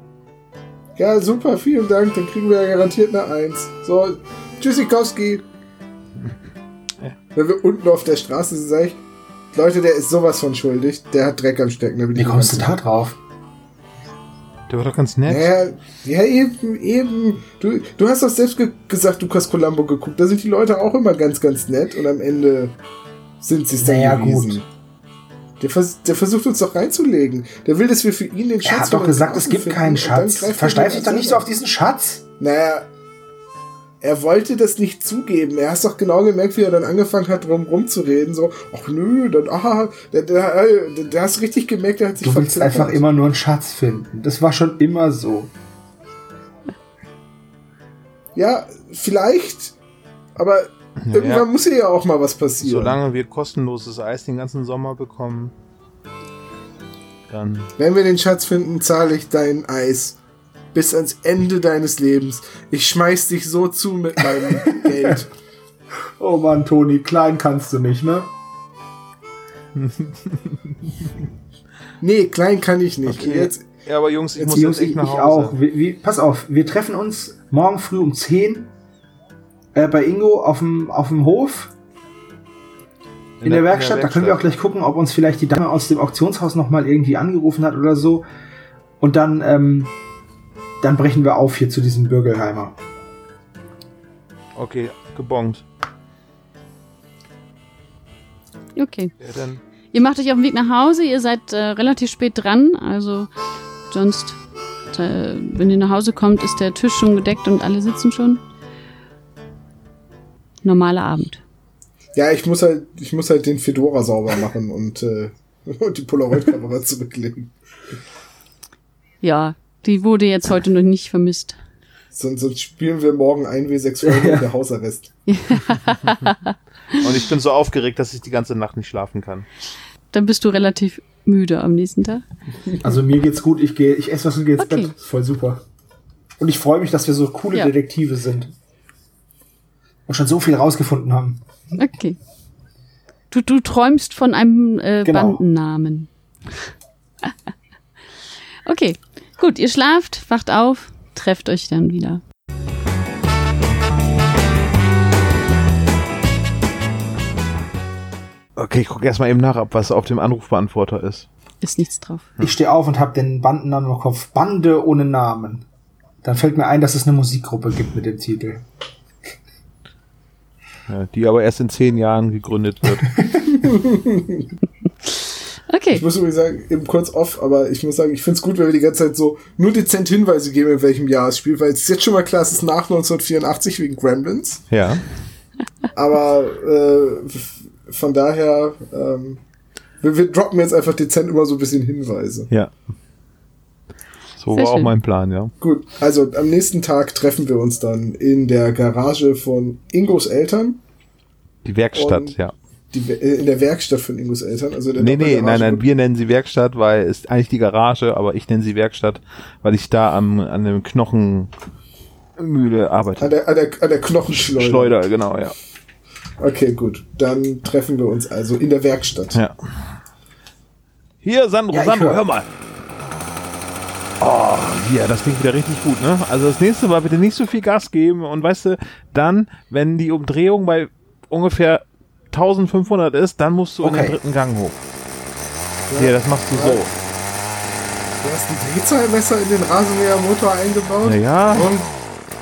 B: Ja, super, vielen Dank. Dann kriegen wir ja garantiert eine Eins. So, Tschüssikowski. Wenn wir unten auf der Straße sind, sag ich, Leute, der ist sowas von schuldig. Der hat Dreck am Stecken. Da bin
E: Wie
B: ich
E: kommst du
B: ganz
E: da drauf?
C: Der war doch ganz nett.
B: Ja, ja, eben, eben. Du, du hast doch selbst ge gesagt, du hast Columbo geguckt. Da sind die Leute auch immer ganz, ganz nett und am Ende sind sie es dann
E: Naja,
B: gewesen.
E: gut.
B: Der, vers der versucht uns doch reinzulegen. Der will, dass wir für ihn den Schatz
E: Er hat
B: von
E: doch
B: den
E: gesagt,
B: Grafen
E: es gibt
B: finden
E: keinen
B: und dann
E: Schatz.
B: greift er
E: Versteif dich
B: den
E: doch nicht so
B: an.
E: auf diesen Schatz.
B: Naja, er wollte das nicht zugeben. Er hast doch genau gemerkt, wie er dann angefangen hat, drum rumzureden. So, ach nö, dann, ah, aha, da, da, da, da hast du äh, richtig gemerkt, er hat sich
E: Du willst
B: verzettelt.
E: einfach immer nur einen Schatz finden. Das war schon immer so.
B: Ja, vielleicht, aber irgendwann
C: ja.
B: muss hier ja auch mal was passieren.
C: Solange wir kostenloses Eis den ganzen Sommer bekommen. Dann
B: Wenn wir den Schatz finden, zahle ich dein Eis. Bis ans Ende deines Lebens. Ich schmeiß dich so zu mit meinem Geld.
E: Oh Mann, Toni, klein kannst du nicht, ne?
B: Nee, klein kann ich nicht.
C: Okay.
B: Jetzt,
C: Ja, aber Jungs, ich
B: Jetzt
C: muss
E: Jungs,
C: jetzt echt
E: ich, ich
C: nach Hause.
E: auch. Wir, wir, pass auf, wir treffen uns morgen früh um 10 äh, bei Ingo auf dem, auf dem Hof in, der, Werkstatt. Da können wir auch gleich gucken, ob uns vielleicht die Dame aus dem Auktionshaus nochmal irgendwie angerufen hat oder so. Und dann, ähm, dann brechen wir auf hier zu diesem Bürgelheimer.
C: Okay, gebongt.
D: Okay.
C: Ja, dann
D: Ihr macht euch auf den Weg nach Hause, ihr seid äh, relativ spät dran, also sonst, äh, wenn ihr nach Hause kommt, ist der Tisch schon gedeckt und alle sitzen schon. Normaler Abend.
B: ja, ich muss halt, ich muss halt den Fedora sauber machen und, äh, und die Polaroid-Kamera zurücklegen.
D: Ja, die wurde jetzt heute noch nicht vermisst.
B: Sonst, sonst spielen wir morgen 1W6 Freunde und der Hausarrest.
C: Und ich bin so aufgeregt, dass ich die ganze Nacht nicht schlafen kann.
D: Dann bist du relativ müde am nächsten Tag.
E: Also mir geht's gut, ich gehe, ich esse was und gehe ins
D: Okay.
E: Bett. Voll super. Und ich freue mich, dass wir so coole
D: Ja.
E: Detektive sind. Und schon so viel rausgefunden haben.
D: Okay. Du, du träumst von einem äh,
E: Genau.
D: Bandennamen. okay, gut, ihr schlaft, wacht auf, trefft euch dann wieder.
C: Okay, ich gucke erstmal eben nach, ob was auf dem Anrufbeantworter ist.
D: Ist nichts drauf.
E: Ich stehe auf und habe den Bandennamen im Kopf. Bande ohne Namen. Dann fällt mir ein, dass es eine Musikgruppe gibt mit dem Titel.
C: Ja, die aber erst in zehn Jahren gegründet wird.
D: Okay.
B: Ich muss übrigens sagen, eben kurz off, aber ich muss sagen, ich find's gut, wenn wir die ganze Zeit so nur dezent Hinweise geben, in welchem Jahr es spielt, weil es ist jetzt schon mal klar, es ist nach 1984 wegen Gremlins.
C: ja.
B: Aber äh, von daher, ähm, wir, wir droppen jetzt einfach dezent immer so ein bisschen Hinweise.
C: Ja. So
D: Sehr
C: war auch
D: schön.
C: mein Plan, ja.
B: Gut, also am nächsten Tag treffen wir uns dann in der Garage von Ingos Eltern,
C: Die Werkstatt,
B: Und-
C: ja.
B: die, äh, in der Werkstatt von Ingos Eltern. Also in der
C: Nee, nee,
B: Doppelgarage.
C: nein, nein, wir nennen sie Werkstatt, weil ist eigentlich die Garage, aber ich nenne sie Werkstatt, weil ich da am, an dem
B: An
C: Knochenmühle arbeite.
B: Ah, der, an der, an der Knochenschleuder.
C: Schleuder, genau, ja.
B: Okay, gut. Dann treffen wir uns also in der Werkstatt.
C: ja. Hier, Sandro,
E: Ja, ich
C: Sandro,
E: hör.
C: hör mal. Oh, hier, das klingt wieder richtig gut, ne? Also das nächste Mal bitte nicht so viel Gas geben und weißt du, dann, wenn die Umdrehung bei ungefähr 1500 ist, dann musst du in
E: Okay.
C: den dritten Gang hoch. Hier, das machst du so.
B: Du hast ein Drehzahlmesser in den Rasenmähermotor eingebaut.
C: Naja.
B: Warum,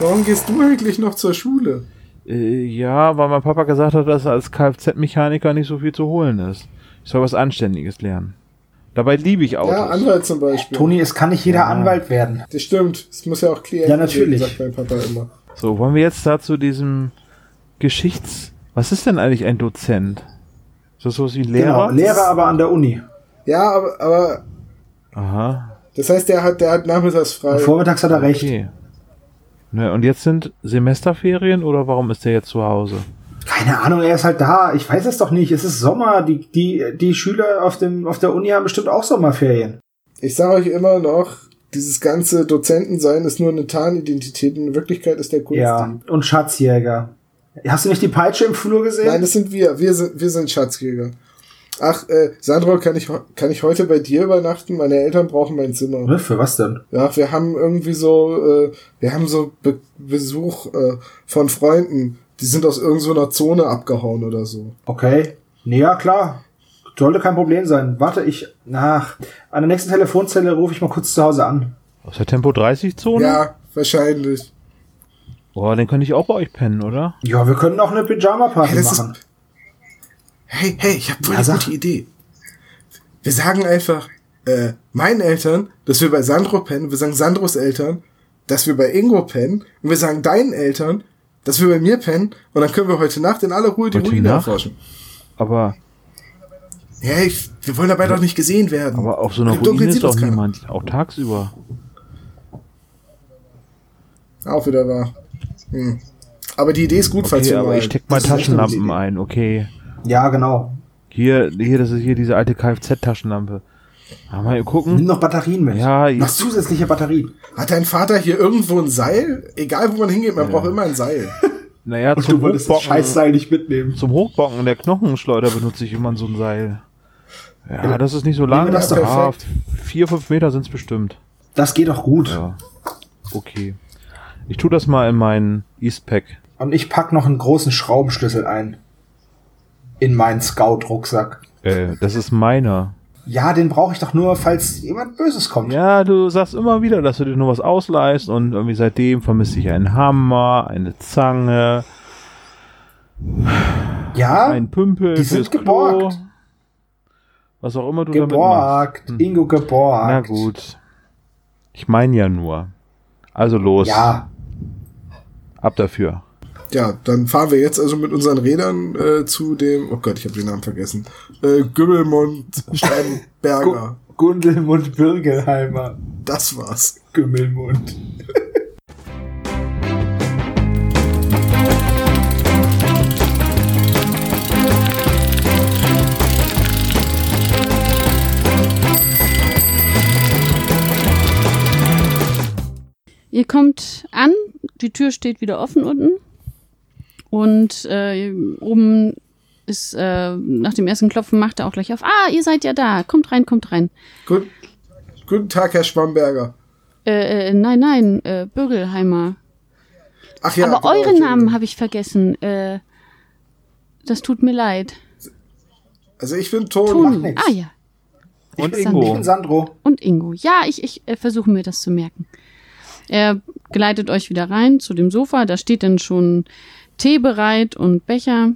B: warum gehst du eigentlich noch zur Schule?
C: Äh, ja, weil mein Papa gesagt hat, dass als Kfz-Mechaniker nicht so viel zu holen ist. Ich soll was Anständiges lernen. Dabei liebe ich Autos.
B: Ja,
E: also
B: Anwalt zum Beispiel.
E: Toni, es kann nicht jeder Anwalt werden.
B: Das stimmt. Es muss ja auch klären.
E: Ja, natürlich.
B: sagt mein Papa immer.
C: so, wollen wir jetzt da zu diesem Geschichts... Was ist denn eigentlich ein Dozent? Ist das sowas wie ein Lehrer?
E: Genau, Lehrer aber an der Uni.
B: Ja, aber, aber
C: Aha,
B: das heißt, der hat, der hat nachmittags
E: Und
B: frei.
E: vormittags hat er recht.
C: okay. Ne, und jetzt sind Semesterferien oder warum ist der jetzt zu Hause?
E: Keine Ahnung, er ist halt da. Ich weiß es doch nicht. Es ist Sommer. Die, die, die Schüler auf, dem, auf der Uni haben bestimmt auch Sommerferien.
B: Ich sage euch immer noch, dieses ganze Dozentensein ist nur eine Tarnidentität. In Wirklichkeit ist der Kunst.
E: Ja. Und Schatzjäger. Hast du nicht die Peitsche im Flur gesehen?
B: Nein, das sind wir. Wir sind, wir sind Schatzjäger. Ach, äh, Sandro, kann ich, heu- kann ich heute bei dir übernachten? Meine Eltern brauchen mein Zimmer.
E: Ne, Für was denn?
B: Ja, wir haben irgendwie so, äh, wir haben so Be Besuch äh, von Freunden. Die sind aus irgendeiner Zone abgehauen oder so.
E: Okay. Nee, ja, klar. Sollte kein Problem sein. Warte, ich. Nach. An der nächsten Telefonzelle rufe ich mal kurz zu Hause an.
C: Aus der Tempo-30-Zone?
B: Ja, wahrscheinlich.
C: Boah, dann könnte ich auch bei euch pennen, oder?
E: Ja, wir können auch eine Pyjama-Party
B: Hey, das ist-
E: machen.
B: Hey, hey, ich habe voll
E: Ja,
B: eine
E: sag.
B: gute Idee. Wir sagen einfach äh, meinen Eltern, dass wir bei Sandro pennen. Wir sagen Sandros Eltern, dass wir bei Ingo pennen. Und wir sagen deinen Eltern, dass wir bei mir pennen. Und dann können wir heute Nacht in aller Ruhe die
C: Heute
B: Ruine
C: Nacht?
B: erforschen.
C: Aber
B: Hey, ich- wir wollen dabei doch nicht gesehen werden.
C: Aber auf so einer
B: Im Dunkeln
C: Ruine ist
B: sieht
C: doch
B: uns keiner.
C: niemand, auch tagsüber.
B: Auch wieder wahr. Hm. Aber die Idee ist gut, falls
C: Okay,
B: wir
C: aber
B: mal.
C: ich steck mal
B: Das ist eine
C: Taschenlampen
B: gute Idee.
C: ein, okay.
E: Ja, genau.
C: Hier, hier, das ist hier diese alte Kfz-Taschenlampe. Ah, mal
E: Nimm
C: gucken.
E: noch Batterien mit.
C: Ja,
E: noch
C: jetzt,
E: zusätzliche Batterien.
B: Hat dein Vater hier irgendwo ein Seil? Egal, wo man hingeht, man braucht immer ein Seil.
C: naja,
E: Und du
C: zum
E: wolltest das
C: Hochbocken,
E: Scheißseil nicht mitnehmen.
C: zum Hochbocken der Knochenschleuder benutze ich immer so ein Seil. Ja, das ist nicht so lang.
E: wir das doch.
C: Ah, vier, fünf Meter sind es bestimmt.
E: Das geht doch gut.
C: Ja. Okay. Ich tue das mal in meinen Eastpack.
E: Und ich pack noch einen großen Schraubenschlüssel ein. In meinen Scout-Rucksack.
C: Äh, das ist meiner.
E: Ja, den brauche ich doch nur, falls jemand Böses kommt.
C: Ja, du sagst immer wieder, dass du dir nur was ausleihst und irgendwie seitdem vermisse ich einen Hammer, eine Zange,
E: Ja,
C: einen Pümpel.
E: die sind
C: fürs
E: geborgt.
C: Klo. Was auch immer du
E: geborgt.
C: damit machst. Hm.
E: Ingo geborgt.
C: Na gut. Ich meine ja nur. Also los.
E: Ja,
C: Ab dafür.
B: Ja, dann fahren wir jetzt also mit unseren Rädern äh, zu dem, oh Gott, ich habe den Namen vergessen, äh, Gümmelmund Steinberger.
E: Gu- Gundelmund Birgelheimer.
B: das war's.
E: Gümmelmund.
D: Ihr kommt an, die Tür steht wieder offen unten und äh, oben ist, äh, nach dem ersten Klopfen macht er auch gleich auf, ah, ihr seid ja da, kommt rein, kommt rein.
B: Gut, guten Tag, Herr Schwamberger.
D: Äh, äh, nein, nein, äh, Bürgelheimer.
B: Ach ja,
D: Aber
B: genau,
D: euren
B: okay.
D: Namen habe ich vergessen. Äh, das tut mir leid.
B: Also ich bin Ton.
E: Macht
D: Toni.
E: nix.
D: Ah ja,
C: Und
D: Ich
E: Ich
C: Ingo.
E: bin Sandro.
D: und Ingo. Ja, ich, ich äh, versuche mir das zu merken. Er gleitet euch wieder rein zu dem Sofa. Da steht dann schon Tee bereit und Becher.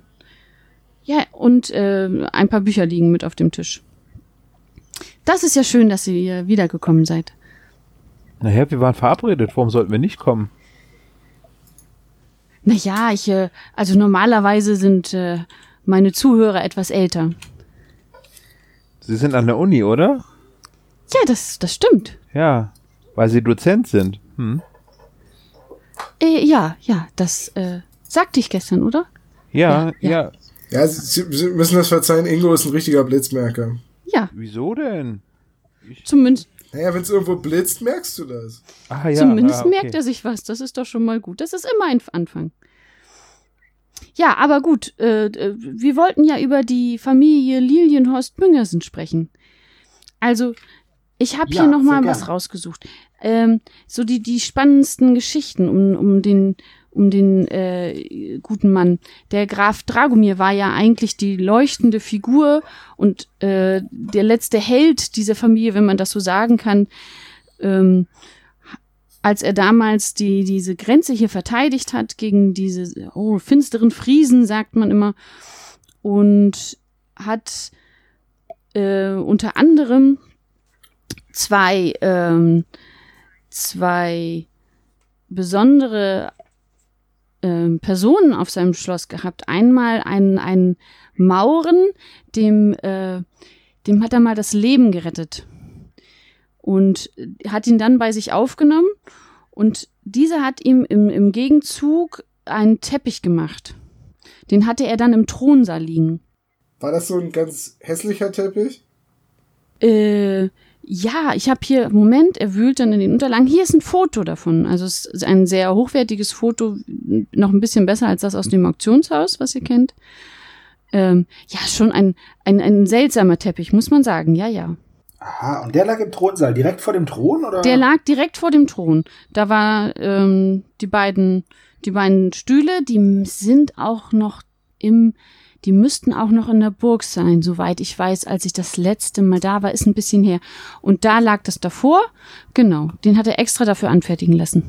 D: Ja, und äh, ein paar Bücher liegen mit auf dem Tisch. Das ist ja schön, dass ihr wiedergekommen seid.
C: Naja, wir waren verabredet. Warum sollten wir nicht kommen?
D: Naja, ich, äh, also normalerweise sind äh, meine Zuhörer etwas älter.
C: Sie sind an der Uni, oder?
D: Ja, das, das stimmt.
C: Ja. Weil sie Dozent sind. Hm.
D: Äh, ja, ja, das äh, sagte ich gestern, oder?
C: Ja,
D: Ja,
C: ja,
D: ja.
B: Ja, Sie, Sie müssen das verzeihen, Ingo ist ein richtiger Blitzmerker.
D: Ja,
C: Wieso denn?
D: zumindest,
B: Naja, wenn es irgendwo blitzt, merkst du das.
C: Ah, ja,
D: zumindest
C: ah, okay.
D: merkt er sich was. Das ist doch schon mal gut. Das ist immer ein Anfang. Ja, aber gut, äh, äh, wir wollten ja über die Familie Lilienhorst-Müngersen sprechen. Also, ich habe
E: Ja,
D: hier noch mal
E: sehr
D: was
E: gern.
D: rausgesucht. Ähm, so die, die spannendsten Geschichten um, um den, um den äh, guten Mann. Der Graf Dragomir war ja eigentlich die leuchtende Figur und äh, der letzte Held dieser Familie, wenn man das so sagen kann. Ähm, als er damals die, diese Grenze hier verteidigt hat gegen diese oh, finsteren Friesen, sagt man immer, und hat äh, unter anderem zwei, ähm, zwei besondere ähm, Personen auf seinem Schloss gehabt. Einmal einen, einen Mauren, dem, äh, dem hat er mal das Leben gerettet und äh, hat ihn dann bei sich aufgenommen und dieser hat ihm im, im Gegenzug einen Teppich gemacht. Den hatte er dann im Thronsaal liegen.
B: War das so ein ganz hässlicher Teppich?
D: Äh, ja, ich habe hier, Moment, er wühlt dann in den Unterlagen. Hier ist ein Foto davon. Also es ist ein sehr hochwertiges Foto, noch ein bisschen besser als das aus dem Auktionshaus, was ihr kennt. Ähm, ja, schon ein, ein, ein seltsamer Teppich, muss man sagen. Ja, ja.
E: Aha, und der lag im Thronsaal, direkt vor dem Thron, oder?
D: Der lag direkt vor dem Thron. Da war ähm, die beiden, die beiden Stühle, die sind auch noch im, die müssten auch noch in der Burg sein, soweit ich weiß, als ich das letzte Mal da war, ist ein bisschen her. Und da lag das davor. Genau, den hat er extra dafür anfertigen lassen.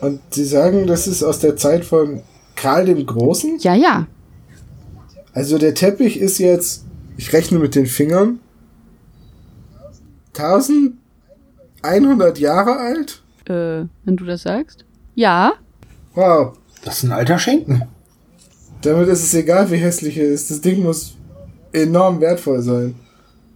B: Und Sie sagen, das ist aus der Zeit von Karl dem Großen?
D: Ja, ja.
B: Also der Teppich ist jetzt, ich rechne mit den Fingern, 1100 Jahre alt?
D: Äh, wenn du das sagst. Ja.
B: Wow,
E: Das ist ein alter Schinken.
B: damit ist es egal, wie hässlich er ist. Das Ding muss enorm wertvoll sein.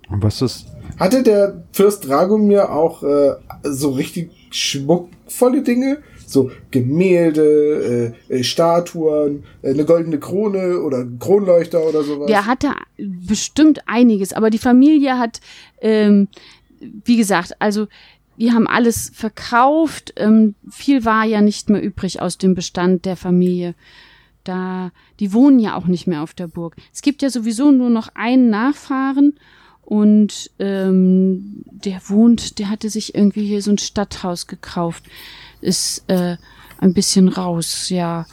C: Und was ist.
B: Hatte der Fürst Dragomir auch äh, so richtig schmuckvolle Dinge? so Gemälde, äh, äh, Statuen, äh, eine goldene Krone oder Kronleuchter oder sowas.
D: Der hatte bestimmt einiges, aber die Familie hat, ähm, wie gesagt, also die haben alles verkauft. Ähm, viel war ja nicht mehr übrig aus dem Bestand der Familie. Da, die wohnen ja auch nicht mehr auf der Burg. Es gibt ja sowieso nur noch einen Nachfahren und ähm, der wohnt, der hatte sich irgendwie hier so ein Stadthaus gekauft. Ist äh, ein bisschen raus, ja.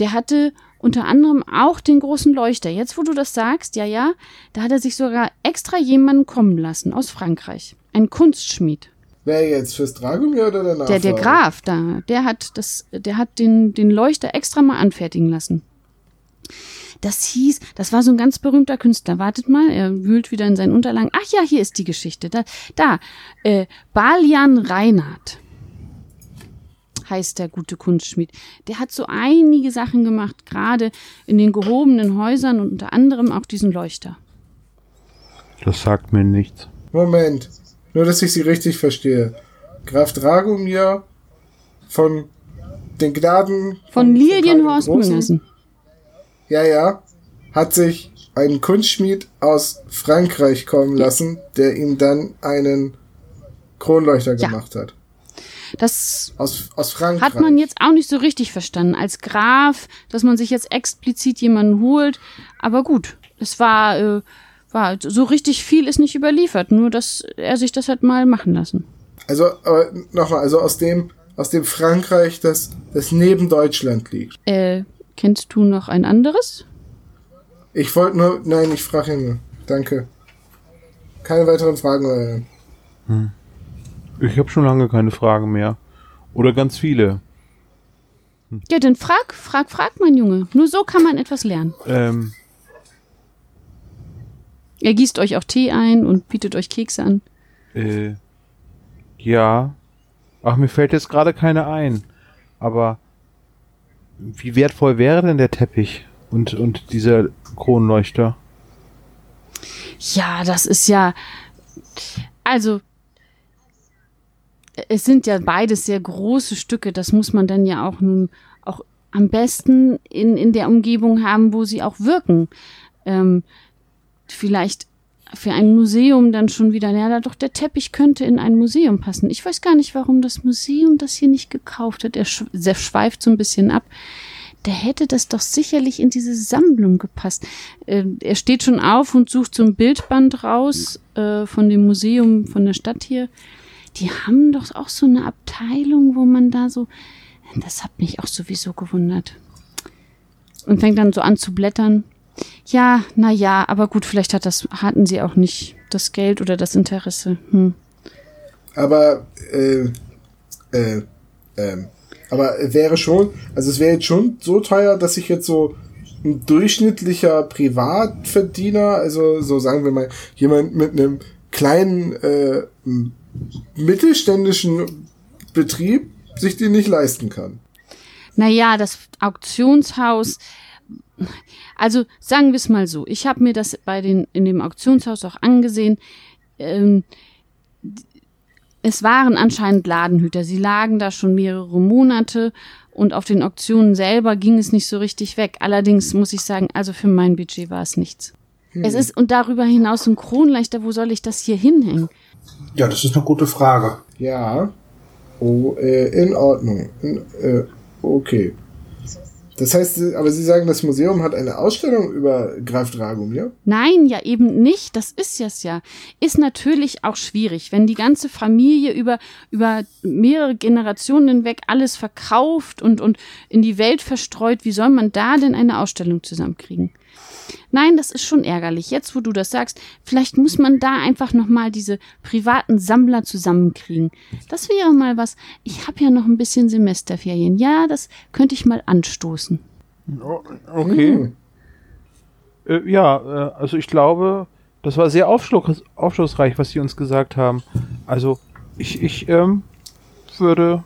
D: Der hatte unter anderem auch den großen Leuchter. Jetzt, wo du das sagst, ja, ja, da hat er sich sogar extra jemanden kommen lassen aus Frankreich. Ein Kunstschmied.
B: Wer jetzt fürs Dragomir oder danach?
D: Der, der Graf da, der hat das, der hat den, den Leuchter extra mal anfertigen lassen. Das hieß, das war so ein ganz berühmter Künstler. Wartet mal, er wühlt wieder in seinen Unterlagen. Ach ja, hier ist die Geschichte. Da, da äh, Balian Reinhardt heißt der gute Kunstschmied. Der hat so einige Sachen gemacht, gerade in den gehobenen Häusern und unter anderem auch diesen Leuchter.
C: Das sagt mir nichts.
B: Moment, nur dass ich sie richtig verstehe. Graf Dragomir von den Gnaden
D: Von Lilienhorst Müngersen.
B: ja, ja, hat sich einen Kunstschmied aus Frankreich kommen lassen, der ihm dann einen Kronleuchter
D: Ja.
B: gemacht hat.
D: Das
B: Aus, aus Frankreich.
D: hat man jetzt auch nicht so richtig verstanden als Graf, dass man sich jetzt explizit jemanden holt. Aber gut, es war, äh, war so richtig viel ist nicht überliefert, nur dass er sich das hat mal machen lassen.
B: Also, aber nochmal, also aus dem, aus dem Frankreich, das, das neben Deutschland liegt.
D: Äh, kennst du noch ein anderes?
B: Ich wollte nur, nein, ich frage ihn nur. Danke. Keine weiteren Fragen, Euer
C: Ich habe schon lange keine Fragen mehr. Oder ganz viele.
D: Ja, dann frag, frag, frag, mein Junge. Nur so kann man etwas lernen.
C: Ähm,
D: Er gießt euch auch Tee ein und bietet euch Kekse an.
C: äh, ja. Ach, mir fällt jetzt gerade keine ein. Aber wie wertvoll wäre denn der Teppich und, und dieser Kronleuchter?
D: Ja, das ist ja. Also, es sind ja beides sehr große Stücke. Das muss man dann ja auch nun auch am besten in, in der Umgebung haben, wo sie auch wirken. Ähm, vielleicht für ein Museum dann schon wieder. Ja, da doch der Teppich könnte in ein Museum passen. Ich weiß gar nicht, warum das Museum das hier nicht gekauft hat. Er, sch er schweift so ein bisschen ab. Da hätte das doch sicherlich in diese Sammlung gepasst. Äh, er steht schon auf und sucht so ein Bildband raus äh, von dem Museum von der Stadt hier. Die haben doch auch so eine Abteilung, wo man da so. Das hat mich auch sowieso gewundert. Und fängt dann so an zu blättern. Ja, na ja, aber gut, vielleicht hat das, hatten sie auch nicht das Geld oder das Interesse. Hm.
B: Aber, äh, äh, ähm, aber wäre schon, also es wäre jetzt schon so teuer, dass ich jetzt so ein durchschnittlicher Privatverdiener, also so sagen wir mal, jemand mit einem kleinen, äh, m- mittelständischen Betrieb sich den nicht leisten kann.
D: Naja, das Auktionshaus. Also sagen wir es mal so. Ich habe mir das bei den, in dem Auktionshaus auch angesehen. Ähm, d- es waren anscheinend Ladenhüter. Sie lagen da schon mehrere Monate und auf den Auktionen selber ging es nicht so richtig weg. Allerdings muss ich sagen, also für mein Budget war es nichts. Es ist und darüber hinaus ein Kronleuchter. Wo soll ich das hier hinhängen?
E: Ja, das ist eine gute Frage.
B: Ja. Oh, äh, in Ordnung. In, äh, okay. Das heißt, Sie- aber Sie sagen, das Museum hat eine Ausstellung über Graf Dragomir?
D: Nein, ja eben nicht. Das ist es ja. Ist natürlich auch schwierig, wenn die ganze Familie über, über mehrere Generationen hinweg alles verkauft und, und in die Welt verstreut. Wie soll man da denn eine Ausstellung zusammenkriegen? Nein, das ist schon ärgerlich. Jetzt, wo du das sagst, vielleicht muss man da einfach nochmal diese privaten Sammler zusammenkriegen. Das wäre mal was. Ich habe ja noch ein bisschen Semesterferien. Ja, das könnte ich mal anstoßen.
C: Oh, Okay.
E: Hm.
C: Äh, ja, äh, also ich glaube, das war sehr aufschluss, aufschlussreich, was Sie uns gesagt haben. Also ich, ich ähm, würde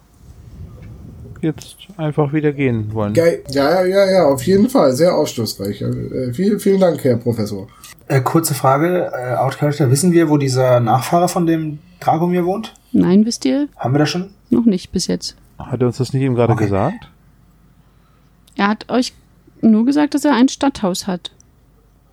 C: jetzt einfach wieder gehen wollen.
B: Geil. Ja, ja, ja, auf jeden Fall. Sehr aufschlussreich. Äh, vielen, vielen Dank, Herr Professor.
E: Äh, kurze Frage, äh, Outcharacter, wissen wir, wo dieser Nachfahre von dem Dragomir wohnt?
D: Nein, wisst ihr?
E: Haben wir das schon?
D: Noch nicht bis jetzt.
C: Hat er uns das nicht eben gerade
E: Okay.
C: gesagt?
D: Er hat euch nur gesagt, dass er ein Stadthaus hat.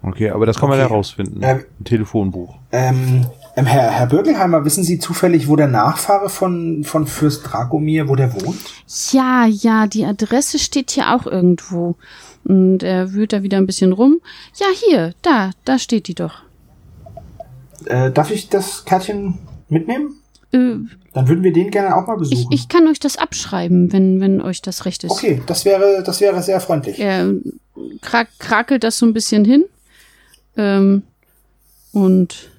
C: Okay, aber das kann man
E: Okay.
C: ja rausfinden.
E: Ähm,
C: Ein Telefonbuch.
E: Ähm, ähm, Herr, Herr Birkelheimer, wissen Sie zufällig, wo der Nachfahre von, von Fürst Dragomir, wo der wohnt?
D: Ja, ja, die Adresse steht hier auch irgendwo. Und er wühlt da wieder ein bisschen rum. Ja, hier, da, da steht die doch.
E: Äh, darf ich das Kärtchen mitnehmen?
D: Äh,
E: Dann würden wir den gerne auch mal
D: ich,
E: besuchen.
D: ich kann euch das abschreiben, wenn, wenn euch das recht ist.
E: okay, das wäre, das wäre sehr freundlich.
D: Er krak krakelt das so ein bisschen hin. Ähm, und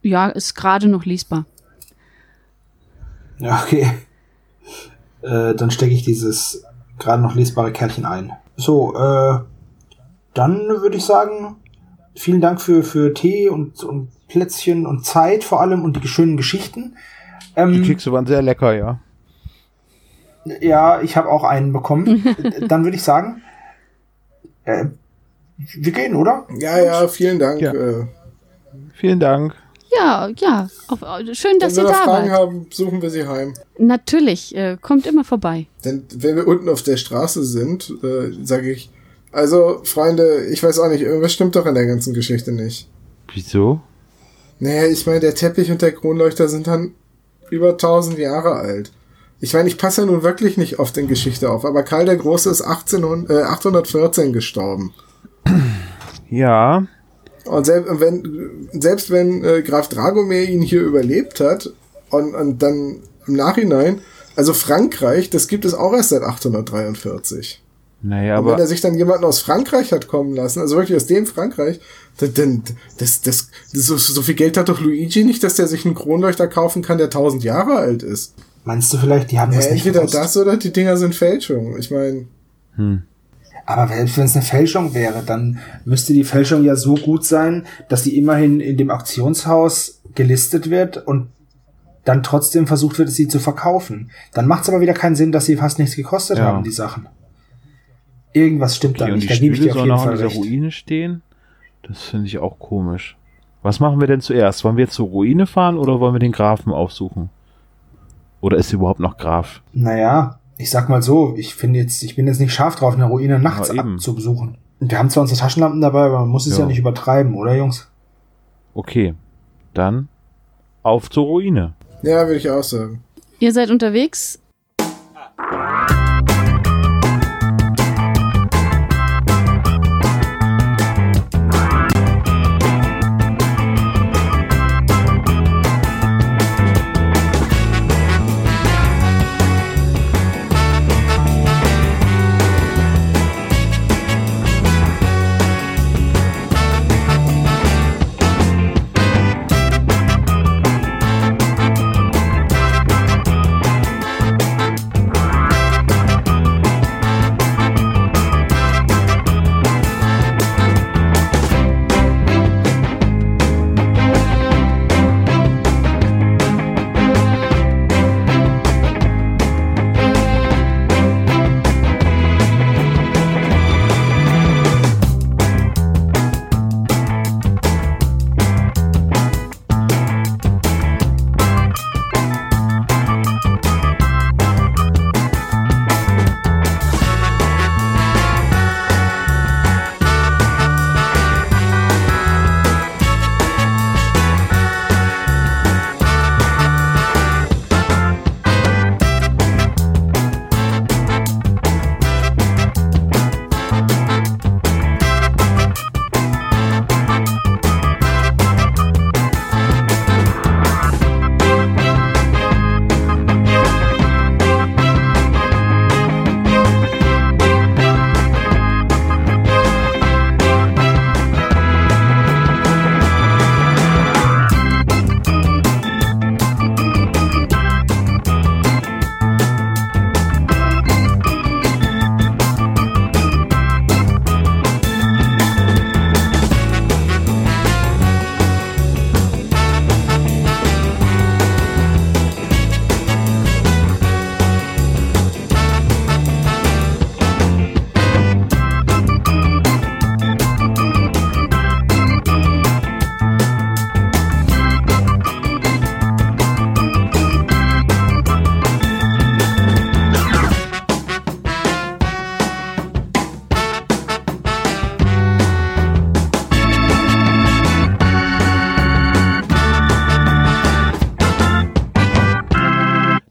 D: ja, ist gerade noch lesbar.
E: Ja, okay. Äh, dann stecke ich dieses gerade noch lesbare Kärtchen ein. So, äh, dann würde ich sagen, vielen Dank für, für Tee und, und Plätzchen und Zeit vor allem und die schönen Geschichten.
C: Die
E: Ähm,
C: Kekse waren sehr lecker, ja.
E: ja, ich habe auch einen bekommen. dann würde ich sagen, äh, wir gehen, oder?
B: Ja, ja, vielen Dank.
C: Ja.
B: Äh,
C: Vielen Dank.
D: Ja, ja. Auf, schön, dass
B: wenn wir
D: ihr
B: noch
D: da
B: Fragen
D: wart.
B: haben, suchen wir sie heim.
D: Natürlich, äh, kommt immer vorbei.
B: Denn wenn wir unten auf der Straße sind, äh, sage ich, also Freunde, ich weiß auch nicht, irgendwas stimmt doch an der ganzen Geschichte nicht.
C: Wieso?
B: Naja, ich meine, der Teppich und der Kronleuchter sind dann über 1000 Jahre alt. Ich meine, ich passe ja nun wirklich nicht oft in Geschichte auf, aber Karl der Große ist 1800, äh, 814 gestorben.
C: Ja,
B: Und selbst wenn, selbst wenn äh, Graf Dragomir ihn hier überlebt hat und, und dann im Nachhinein, also Frankreich, das gibt es auch erst seit 843.
C: naja,
B: Und wenn er
C: aber
B: sich dann jemanden aus Frankreich hat kommen lassen, also wirklich aus dem Frankreich, dann, dann das, das, das, so, so viel Geld hat doch Luigi nicht, dass der sich einen Kronleuchter kaufen kann, der 1000 Jahre alt ist.
E: Meinst du vielleicht, die haben das nicht
B: Entweder
E: gewusst?
B: das oder die Dinger sind Fälschungen. Ich meine,
E: Aber selbst wenn es eine Fälschung wäre, dann müsste die Fälschung ja so gut sein, dass die immerhin in dem Auktionshaus gelistet wird und dann trotzdem versucht wird, sie zu verkaufen. Dann macht es aber wieder keinen Sinn, dass sie fast nichts gekostet
C: Ja.
E: haben, die Sachen. Irgendwas stimmt
C: okay,
E: da
C: und
E: nicht,
C: die
E: da gebe ich
C: Stühle
E: dir auf
C: sollen
E: jeden
C: auch in
E: Fall
C: dieser
E: recht.
C: Ruine stehen? Das finde ich auch komisch. Was machen wir denn zuerst? Wollen wir zur Ruine fahren oder wollen wir den Grafen aufsuchen? Oder ist sie überhaupt noch Graf?
E: Naja, ich sag mal so, ich finde jetzt, ich bin jetzt nicht scharf drauf, eine Ruine nachts
C: Ja, eben.
E: ab zu besuchen. Und wir haben zwar unsere Taschenlampen dabei, aber man muss es
C: Ja.
E: ja nicht übertreiben, oder Jungs?
C: Okay, dann auf zur Ruine.
B: ja, würde ich auch sagen.
D: Ihr seid unterwegs.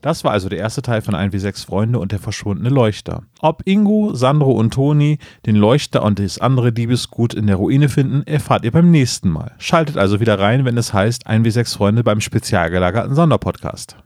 C: Das war also der erste Teil von 1W6 Freunde und der verschwundene Leuchter. Ob Ingo, Sandro und Toni den Leuchter und das andere Diebesgut in der Ruine finden, erfahrt ihr beim nächsten Mal. Schaltet also wieder rein, wenn es heißt 1W6 Freunde beim spezial gelagerten Sonderpodcast.